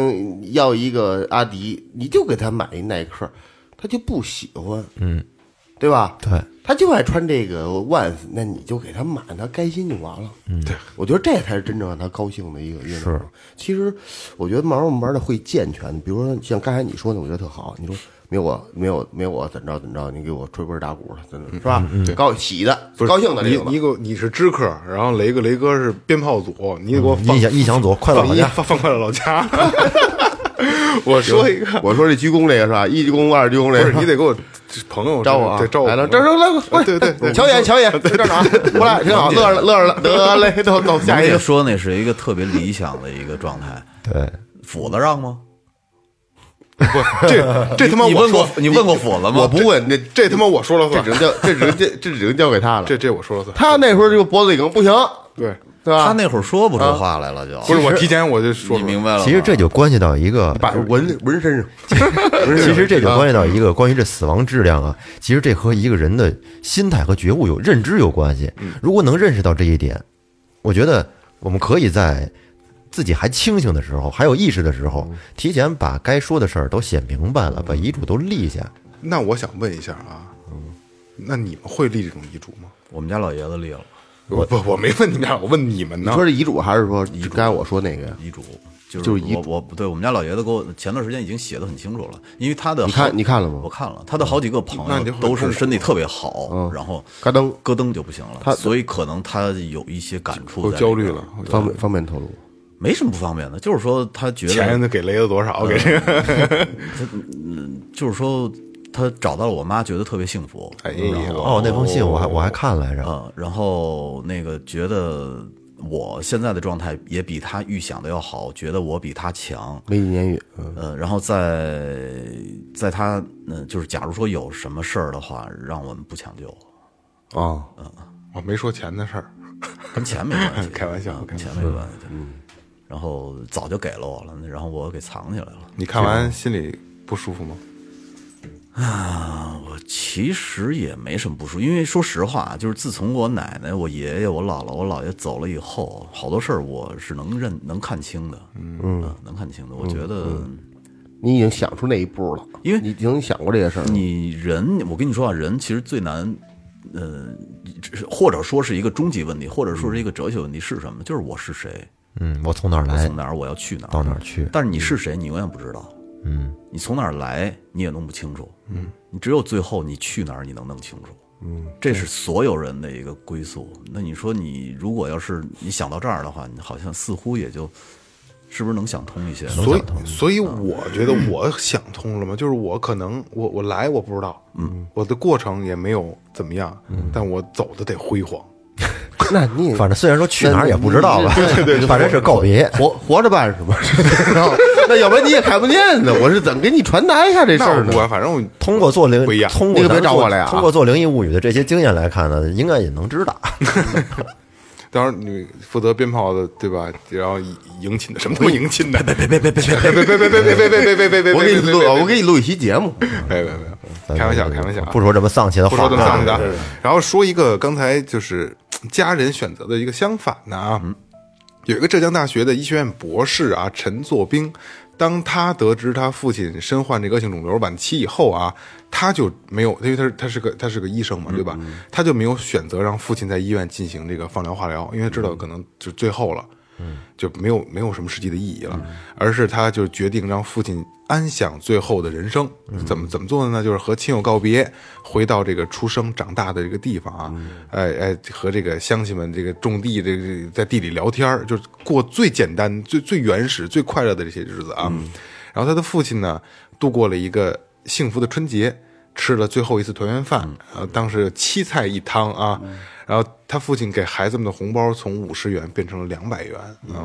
[SPEAKER 2] 要一个阿迪，你就给他买一耐克，他就不喜欢，嗯，对吧？
[SPEAKER 1] 对，
[SPEAKER 2] 他就爱穿这个 Vans，那你就给他买，他开心就完了。嗯，
[SPEAKER 3] 对，
[SPEAKER 2] 我觉得这才是真正让他高兴的一个运动。是，其实我觉得慢慢慢慢的会健全。比如说像刚才你说的，我觉得特好。你说没有我，没有没有我怎么着怎么着，你给我吹波打鼓了，真的是吧？高喜的，
[SPEAKER 3] 不是
[SPEAKER 2] 高兴的
[SPEAKER 3] 你
[SPEAKER 2] 这个吧
[SPEAKER 3] 你给我你是知客，然后雷哥雷哥是鞭炮组，
[SPEAKER 4] 嗯
[SPEAKER 3] 你给我放
[SPEAKER 1] 你想，一想走，快乐
[SPEAKER 3] 放
[SPEAKER 1] 老家，
[SPEAKER 3] 放放快乐老家。 我说一个，
[SPEAKER 2] 我说这鞠躬这个是吧？一鞠躬，二鞠躬
[SPEAKER 3] 不
[SPEAKER 2] 这
[SPEAKER 3] 是
[SPEAKER 2] 个
[SPEAKER 3] 你得给我朋友
[SPEAKER 2] 招我啊
[SPEAKER 3] 得，招我，
[SPEAKER 2] 来了，招招来，过来，
[SPEAKER 3] 对对对
[SPEAKER 2] 瞧一眼，瞧一眼，这儿啊，过来，挺好，乐着乐着了，得嘞，都都
[SPEAKER 4] 我
[SPEAKER 2] 下
[SPEAKER 4] 们
[SPEAKER 2] 一
[SPEAKER 4] 也
[SPEAKER 2] 个，
[SPEAKER 4] 说那是一个特别理想的一个状态，
[SPEAKER 1] 对，
[SPEAKER 4] 斧子让吗？
[SPEAKER 3] 不是这这他妈
[SPEAKER 4] 你
[SPEAKER 3] 我
[SPEAKER 4] 问
[SPEAKER 3] 说
[SPEAKER 4] 过，你问过斧子吗？
[SPEAKER 2] 我不问，这
[SPEAKER 3] 这他妈我说了
[SPEAKER 2] 这
[SPEAKER 3] 算
[SPEAKER 2] 只，能交，这只能这这只能交给他了。
[SPEAKER 3] 这这我说了算。
[SPEAKER 2] 他那时候就脖子一梗，不行，
[SPEAKER 3] 对，
[SPEAKER 2] 对吧？
[SPEAKER 4] 他那会儿说不出话来了就，
[SPEAKER 3] 不是我提前我就说
[SPEAKER 4] 你
[SPEAKER 3] 了，
[SPEAKER 4] 明白了吗？
[SPEAKER 1] 其实这就关系到一个
[SPEAKER 2] 把纹纹身 上，
[SPEAKER 1] 其实这就关系到一个关于这死亡质量啊，其实这和一个人的心态和觉悟有认知有关系。如果能认识到这一点，我觉得我们可以在自己还清醒的时候，还有意识的时候，提前把该说的事儿都写明白了，把遗嘱都立下。
[SPEAKER 3] 那我想问一下啊，那你们会立这种遗嘱吗？
[SPEAKER 4] 我们家老爷子立了
[SPEAKER 3] 我不，我没问你们俩，我问你们
[SPEAKER 2] 你
[SPEAKER 3] 呢。
[SPEAKER 2] 说是遗嘱还是说刚才我说那个呀？
[SPEAKER 4] 遗嘱，就是
[SPEAKER 2] 就是遗
[SPEAKER 4] 我我对我们家老爷子给我前段时间已经写的很清楚了，因为他的
[SPEAKER 2] 你看
[SPEAKER 4] 好
[SPEAKER 2] 你看了吗
[SPEAKER 4] 我看了，他的好几个
[SPEAKER 3] 那
[SPEAKER 4] 朋
[SPEAKER 3] 你
[SPEAKER 4] 友
[SPEAKER 3] 就很
[SPEAKER 4] 都
[SPEAKER 3] 痛
[SPEAKER 4] 是
[SPEAKER 3] 苦
[SPEAKER 4] 身体特别
[SPEAKER 2] 嗯
[SPEAKER 4] 好，然后
[SPEAKER 2] 嘎噔
[SPEAKER 4] 咯噔就不行了，所以可能他有一些感触
[SPEAKER 3] 我
[SPEAKER 4] 在里边，
[SPEAKER 3] 焦虑了，
[SPEAKER 2] 方便方便透露？
[SPEAKER 4] 没什么不方便的，就是说他觉
[SPEAKER 3] 钱
[SPEAKER 4] 得，
[SPEAKER 3] 得给雷了多少？给这个
[SPEAKER 4] 就是说他找到了我妈，觉得特别幸福，
[SPEAKER 3] 哎
[SPEAKER 4] 然
[SPEAKER 3] 呀
[SPEAKER 4] 后
[SPEAKER 1] 哦，那封信我还我还看来着，
[SPEAKER 4] 嗯，然后那个觉得我现在的状态也比他预想的要好，觉得我比他强。
[SPEAKER 2] 没几年语，嗯，
[SPEAKER 4] 呃，然后在在他嗯、就是假如说有什么事儿的话，让我们不抢救，
[SPEAKER 2] 哦，
[SPEAKER 3] 我没说钱的事儿，
[SPEAKER 4] 跟钱没关系
[SPEAKER 3] ，开玩笑
[SPEAKER 4] 嗯
[SPEAKER 3] 开
[SPEAKER 4] 跟
[SPEAKER 3] 玩
[SPEAKER 4] 钱没关系。嗯，然后早就给了我了，然后我给藏起来了。
[SPEAKER 3] 你看完心里不舒服吗？
[SPEAKER 4] 嗯我其实也没什么不舒服，因为说实话，啊就是自从我奶奶、我爷爷、我姥姥、我姥爷走了以后，好多事儿我是能认、能看清的，嗯、能看清的。我觉得
[SPEAKER 3] 嗯
[SPEAKER 2] 你已经想出那一步了，
[SPEAKER 4] 因为
[SPEAKER 2] 你已经想过这些事儿了。
[SPEAKER 4] 你人，我跟你说啊，人其实最难，呃，或者说是一个终极问题，或者说是一个哲学问题是什么？就是我是谁，
[SPEAKER 1] 嗯，我从哪儿
[SPEAKER 4] 我
[SPEAKER 1] 来
[SPEAKER 4] 从，哪儿，我要去哪儿，
[SPEAKER 1] 到哪儿去？
[SPEAKER 4] 但是你是谁，你永远不知道。
[SPEAKER 1] 嗯，
[SPEAKER 4] 你从哪儿来，你也弄不清楚。嗯，你只有最后你去哪儿，你能弄清楚。嗯，这是所有人的一个归宿。那你说你如果要是你想到这儿的话，你好像似乎也就，是不是能想通一些？
[SPEAKER 3] 所以，所以我觉得我想通了嘛，就是我可能我我来我不知道，嗯，我的过程也没有怎么样，但我走的得辉煌。
[SPEAKER 2] 那你也
[SPEAKER 1] 反正虽然说去哪儿也不知道吧，对对，反正是告别。
[SPEAKER 2] 活活着办是 吧？那要不然你也看不见呢。我是怎么给你传达一下这事
[SPEAKER 3] 那
[SPEAKER 2] 儿
[SPEAKER 3] 我不
[SPEAKER 2] 呢？
[SPEAKER 3] 管，反正我
[SPEAKER 1] 通过做灵
[SPEAKER 3] 不一，样
[SPEAKER 1] 通过
[SPEAKER 2] 那个别
[SPEAKER 1] 咱
[SPEAKER 2] 找
[SPEAKER 1] 做
[SPEAKER 2] 我来啊
[SPEAKER 1] 通过做灵异物语的这些经验来看呢，应该也能知道。
[SPEAKER 3] 当然你负责鞭炮的对吧？然后迎亲的什么都迎亲的，别别
[SPEAKER 4] 别别别别别，
[SPEAKER 3] 别别别别别别别别别别，
[SPEAKER 2] 我给你录，我
[SPEAKER 3] 没
[SPEAKER 2] 给你录一期节目。
[SPEAKER 3] 没没，开玩笑开玩笑，
[SPEAKER 1] 呃
[SPEAKER 3] 啊
[SPEAKER 1] 不说这么丧气的
[SPEAKER 3] 不
[SPEAKER 1] 话，
[SPEAKER 3] 说这么丧气的啊
[SPEAKER 1] 啊。
[SPEAKER 3] 然后说一个刚才就是嘖家人选择的一个相反的啊，有一个浙江大学的医学院博士啊陈作兵，当他得知他父亲身患这个恶性肿瘤晚期以后啊，他就没有，因为他是他是个他是个医生嘛，对吧？他就没有选择让父亲在医院进行这个放疗化疗，因为知道可能就最后了。就没有没有什么实际的意义了，而是他就决定让父亲安享最后的人生。怎么怎么做的呢？就是和亲友告别，回到这个出生长大的这个地方啊，哎哎，和这个乡亲们这个种地这个在地里聊天儿，就是过最简单、最最原始、最快乐的这些日子啊。然后他的父亲呢，度过了一个幸福的春节，吃了最后一次团圆饭，呃，当时有七菜一汤啊。然后他父亲给孩子们的红包从五十元变成了两百元啊，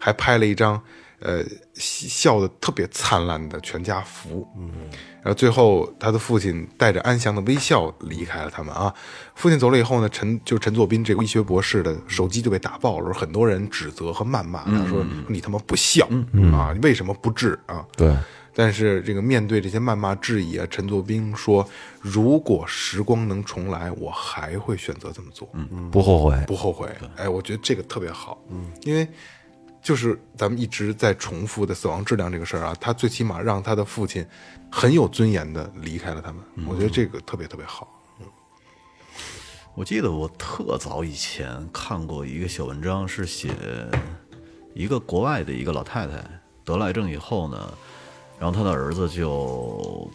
[SPEAKER 3] 还拍了一张呃嬉笑的特别灿烂的全家福。嗯，然后最后他的父亲带着安详的微笑离开了他们啊。父亲走了以后呢，陈就陈作斌这个医学博士的手机就被打爆了，很多人指责和谩骂他，说你他妈不孝啊，为什么不治啊？
[SPEAKER 1] 对，
[SPEAKER 3] 但是这个面对这些谩骂质疑啊，陈作斌说：“如果时光能重来，我还会选择这么做，嗯，
[SPEAKER 1] 不后悔。
[SPEAKER 3] 不后悔。”哎，我觉得这个特别好，嗯，因为就是咱们一直在重复的死亡质量这个事儿啊，他最起码让他的父亲很有尊严的离开了他们，我觉得这个特别特别好。
[SPEAKER 4] 我记得我特早以前看过一个小文章，是写一个国外的一个老太太得了癌症以后呢，然后她的儿子就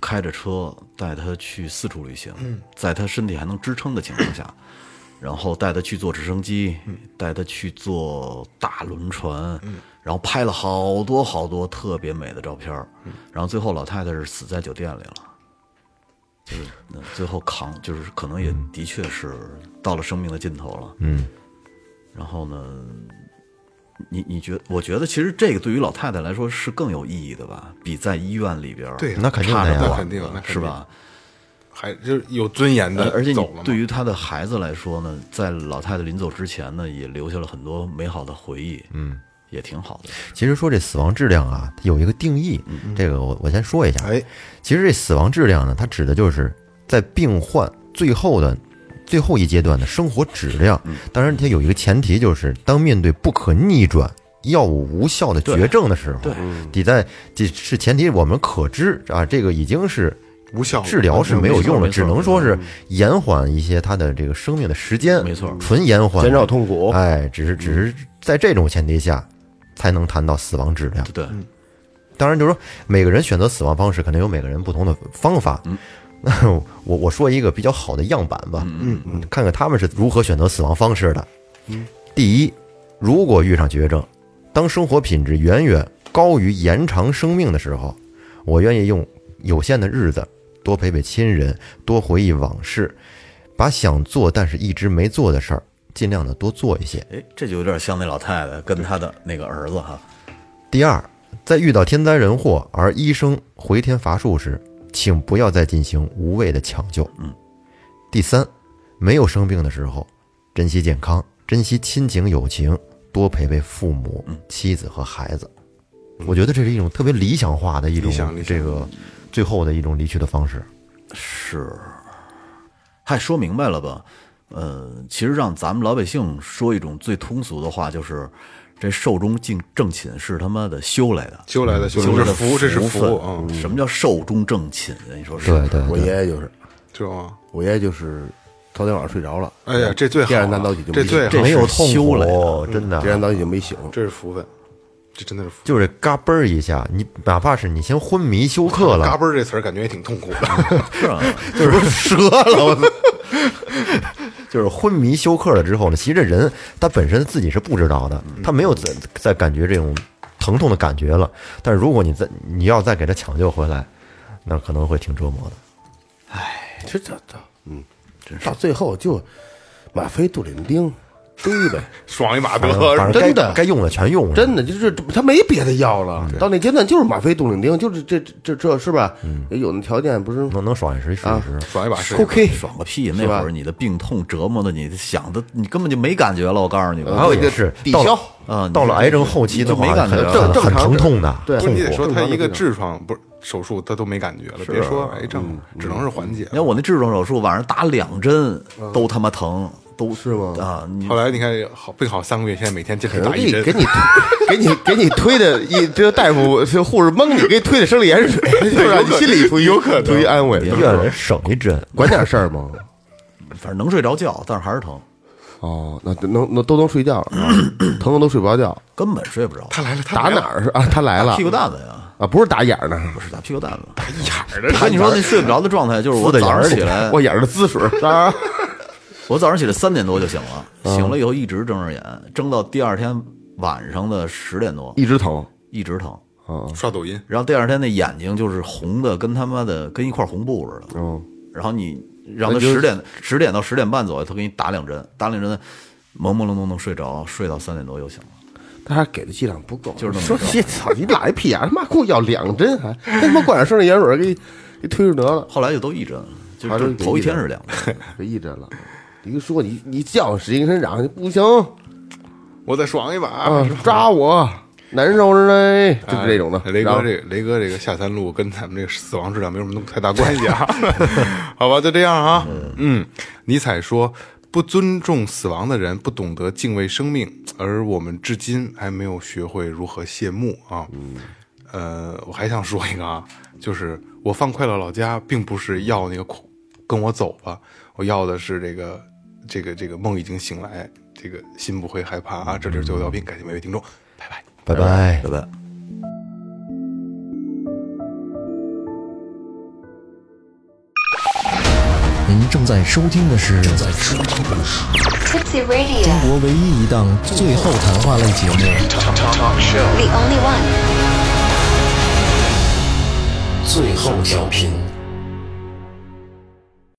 [SPEAKER 4] 开着车带她去四处旅行，在她身体还能支撑的情况下，然后带她去坐直升机，带她去坐大轮船，然后拍了好多好多特别美的照片儿，然后最后老太太是死在酒店里了。就是那最后扛，就是可能也的确是到了生命的尽头了。
[SPEAKER 1] 嗯，
[SPEAKER 4] 然后呢，你你觉我觉得其实这个对于老太太来说是更有意义的吧，比在医院里边儿
[SPEAKER 3] 对呀
[SPEAKER 1] 那肯定
[SPEAKER 4] 差
[SPEAKER 1] 的
[SPEAKER 4] 着
[SPEAKER 1] 呀
[SPEAKER 4] 多
[SPEAKER 3] 那肯定那肯定
[SPEAKER 4] 是吧？
[SPEAKER 3] 还就是有尊严的
[SPEAKER 4] 呃，而且你
[SPEAKER 3] 走了嘛
[SPEAKER 4] 对于她的孩子来说呢，在老太太临走之前呢，也留下了很多美好的回忆，嗯，也挺好的。
[SPEAKER 1] 其实说这死亡质量啊，它有一个定义，这个我我先说一下。
[SPEAKER 3] 嗯哎，
[SPEAKER 1] 其实这死亡质量呢，它指的就是在病患最后的最后一阶段的生活质量。
[SPEAKER 3] 嗯
[SPEAKER 1] 当然，它有一个前提，就是当面对不可逆转、药物无效的绝症的时候
[SPEAKER 4] 对，
[SPEAKER 3] 嗯
[SPEAKER 1] 得在这是前提，我们可知啊，这个已经是
[SPEAKER 3] 无效
[SPEAKER 1] 治疗是没有用的，
[SPEAKER 4] 没错没错
[SPEAKER 1] 只能说
[SPEAKER 3] 嗯
[SPEAKER 1] 是延缓一些他的这个生命的时间，
[SPEAKER 4] 没错
[SPEAKER 1] 纯延缓，
[SPEAKER 2] 减少痛苦
[SPEAKER 1] 哎，只是只是在这种前提下，才能谈到死亡质量。
[SPEAKER 4] 对，
[SPEAKER 3] 嗯
[SPEAKER 1] 当然，就是说每个人选择死亡方式，肯定有每个人不同的方法。 那我我说一个比较好的样板吧，嗯，看看他们是如何选择死亡方式的。第一，如果遇上绝症，当生活品质远远高于延长生命的时候，我愿意用有限的日子多陪陪亲人，多回忆往事，把想做但是一直没做的事儿，尽量的多做一些。
[SPEAKER 4] 哎，这就有点像那老太太跟她的那个儿子哈，
[SPEAKER 1] 第二，在遇到天灾人祸而医生回天乏术时，请不要再进行无谓的抢救。嗯。第三，没有生病的时候，珍惜健康，珍惜亲情友情，多陪陪父母、妻子和孩子。我觉得这是一种特别理想化的一种
[SPEAKER 3] 理想理想
[SPEAKER 1] 这个最后的一种离去的方式。
[SPEAKER 4] 是，嗨，说明白了吧？呃，其实让咱们老百姓说一种最通俗的话，就是这寿终正正寝是他妈的修来的，
[SPEAKER 3] 修来的修来的
[SPEAKER 4] 来
[SPEAKER 3] 这
[SPEAKER 4] 的
[SPEAKER 3] 是福这是福
[SPEAKER 4] 分
[SPEAKER 3] 嗯
[SPEAKER 4] 什么叫寿终正寝？啊你说是？
[SPEAKER 1] 对对
[SPEAKER 2] 我
[SPEAKER 1] 对
[SPEAKER 2] 爷，爷就是，
[SPEAKER 3] 知道吗？
[SPEAKER 2] 我爷爷就是头天晚上睡着了，
[SPEAKER 3] 哎呀，这最好
[SPEAKER 2] 第
[SPEAKER 3] 啊，
[SPEAKER 2] 二天早起就
[SPEAKER 3] 这
[SPEAKER 2] 没
[SPEAKER 3] 最
[SPEAKER 2] 醒
[SPEAKER 3] 好，
[SPEAKER 4] 这
[SPEAKER 1] 没有
[SPEAKER 4] 是
[SPEAKER 1] 痛
[SPEAKER 4] 修
[SPEAKER 1] 苦嗯
[SPEAKER 4] 来的，
[SPEAKER 1] 真的
[SPEAKER 2] 第二天早起就没醒，
[SPEAKER 3] 这是福分，这真的是福。
[SPEAKER 1] 就是嘎嘣儿一下，你哪怕是你先昏迷休克
[SPEAKER 3] 嘎
[SPEAKER 1] 了，
[SPEAKER 3] 嘣儿这词儿感觉也挺痛苦的，
[SPEAKER 4] 是啊，
[SPEAKER 1] 就是折了，我操！ 就是昏迷休克了之后呢，其实这人他本身自己是不知道的，他没有在在感觉这种疼痛的感觉了。但是如果你再你要再给他抢救回来，那可能会挺折磨的。
[SPEAKER 2] 其实这这，嗯，到最后就吗啡、杜冷丁，对呗，
[SPEAKER 3] 爽一把得
[SPEAKER 1] 反
[SPEAKER 3] 了。
[SPEAKER 1] 正
[SPEAKER 2] 真
[SPEAKER 1] 该
[SPEAKER 2] 的
[SPEAKER 1] 该用的全用了，
[SPEAKER 2] 真的就是他没别的药了，
[SPEAKER 3] 嗯
[SPEAKER 2] 到那阶段就是吗啡、杜冷丁，就是这这这这是吧？
[SPEAKER 3] 嗯
[SPEAKER 2] 也有那条件不是
[SPEAKER 1] 能能爽一时是一时。
[SPEAKER 3] 爽一把嗯是一把啊
[SPEAKER 2] ？OK，
[SPEAKER 4] 爽个屁！那
[SPEAKER 2] 是吧
[SPEAKER 4] 会儿你的病痛折磨的你，想的你根本就没感觉了。我告诉你
[SPEAKER 1] 还
[SPEAKER 4] 吧，
[SPEAKER 1] 有也是
[SPEAKER 2] 抵
[SPEAKER 1] 到了
[SPEAKER 2] 消
[SPEAKER 4] 啊你
[SPEAKER 1] 到了癌症后期的
[SPEAKER 4] 你
[SPEAKER 1] 话
[SPEAKER 4] 就没，感觉
[SPEAKER 1] 很
[SPEAKER 4] 了
[SPEAKER 1] 很
[SPEAKER 2] 正
[SPEAKER 1] 很
[SPEAKER 2] 常
[SPEAKER 1] 疼
[SPEAKER 2] 是
[SPEAKER 1] 痛的，
[SPEAKER 2] 对
[SPEAKER 3] 不是你得说
[SPEAKER 2] 痛苦
[SPEAKER 3] 他一
[SPEAKER 2] 正常的
[SPEAKER 3] 个
[SPEAKER 2] 病
[SPEAKER 3] 痔疮不是手术，他都没感觉了，别说癌症，只能是缓解
[SPEAKER 4] 你。看我那痔疮手术，晚上打两针都他妈疼，都
[SPEAKER 2] 是吗
[SPEAKER 4] 啊，你
[SPEAKER 3] 后来你看好病好三个月，现在每天坚持
[SPEAKER 2] 可能
[SPEAKER 3] 打
[SPEAKER 2] 给
[SPEAKER 3] 一
[SPEAKER 2] 你
[SPEAKER 3] 针
[SPEAKER 2] 给，你 给你给你推的一这大夫这护士蒙你，给你推的生理盐水，
[SPEAKER 3] 哎
[SPEAKER 2] 就让你心里图一有可能图一安慰，
[SPEAKER 1] 医院人省一针。
[SPEAKER 2] 管点事儿吗？
[SPEAKER 4] 反正能睡着觉，但是还是疼，
[SPEAKER 2] 哦，那能能都能睡觉了， 疼的都睡不着觉。
[SPEAKER 4] 根本睡不着。
[SPEAKER 3] 他来了，他
[SPEAKER 2] 打哪儿是啊？他来了，
[SPEAKER 4] 屁股蛋子呀，
[SPEAKER 2] 啊，不是打眼儿呢，
[SPEAKER 4] 不是打屁股蛋子。
[SPEAKER 3] 一眼儿的，
[SPEAKER 4] 我跟你说，那睡不着的状态就是我
[SPEAKER 1] 敷在
[SPEAKER 4] 早上
[SPEAKER 1] 眼儿里
[SPEAKER 4] 起来，
[SPEAKER 2] 我眼儿的滋水啊，
[SPEAKER 4] 我早上起来三点多就醒了，醒了以后一直睁着眼，睁到第二天晚上的十点多，
[SPEAKER 2] 一直疼
[SPEAKER 4] 一直疼。
[SPEAKER 2] 啊，
[SPEAKER 3] 刷抖音，
[SPEAKER 4] 然后第二天那眼睛就是红的，跟他妈的跟一块红布似的。
[SPEAKER 2] 嗯，
[SPEAKER 4] 然后你让他
[SPEAKER 2] 那就
[SPEAKER 4] 十点十点到十点半左右，他给你打两针，打两针，朦朦胧胧能睡着，睡到三点多又醒了。
[SPEAKER 2] 他还给的剂量不够，
[SPEAKER 4] 就是这么
[SPEAKER 2] 说
[SPEAKER 4] 着
[SPEAKER 2] 这操你拉一屁眼儿，他妈给我要两针还，他妈灌点生理盐水儿给你给推着得了，
[SPEAKER 4] 后来就都一针，就
[SPEAKER 2] 还
[SPEAKER 4] 就是头一天是两针。
[SPEAKER 2] 给一针了。你一说你你叫史英生长不行
[SPEAKER 4] 啊
[SPEAKER 3] 我再爽一把
[SPEAKER 2] 啊，扎我难受着呢，
[SPEAKER 4] 哎
[SPEAKER 2] 就是这种的。
[SPEAKER 3] 哎雷
[SPEAKER 2] 然
[SPEAKER 3] 哥
[SPEAKER 2] 后
[SPEAKER 3] 这个雷哥这个下三路跟咱们这个死亡质量没有什么太大关系啊， 好吧，就这样啊。嗯，尼采说，不尊重死亡的人不懂得敬畏生命，而我们至今还没有学会如何谢幕啊。
[SPEAKER 2] 嗯
[SPEAKER 3] 呃，我还想说一个啊，就是我放快乐老家，并不是要那个快跟我走吧，我要的是这个这个这个梦已经醒来，这个心不会害怕啊。这里是最后调频，感谢每位听众，拜拜。
[SPEAKER 1] 拜拜。
[SPEAKER 4] 拜拜。
[SPEAKER 5] 您正在收听的是正在收听
[SPEAKER 6] Tipsy Radio,
[SPEAKER 5] 中国唯一一档最后谈话类节目
[SPEAKER 6] the only one.
[SPEAKER 5] 《最后调频》。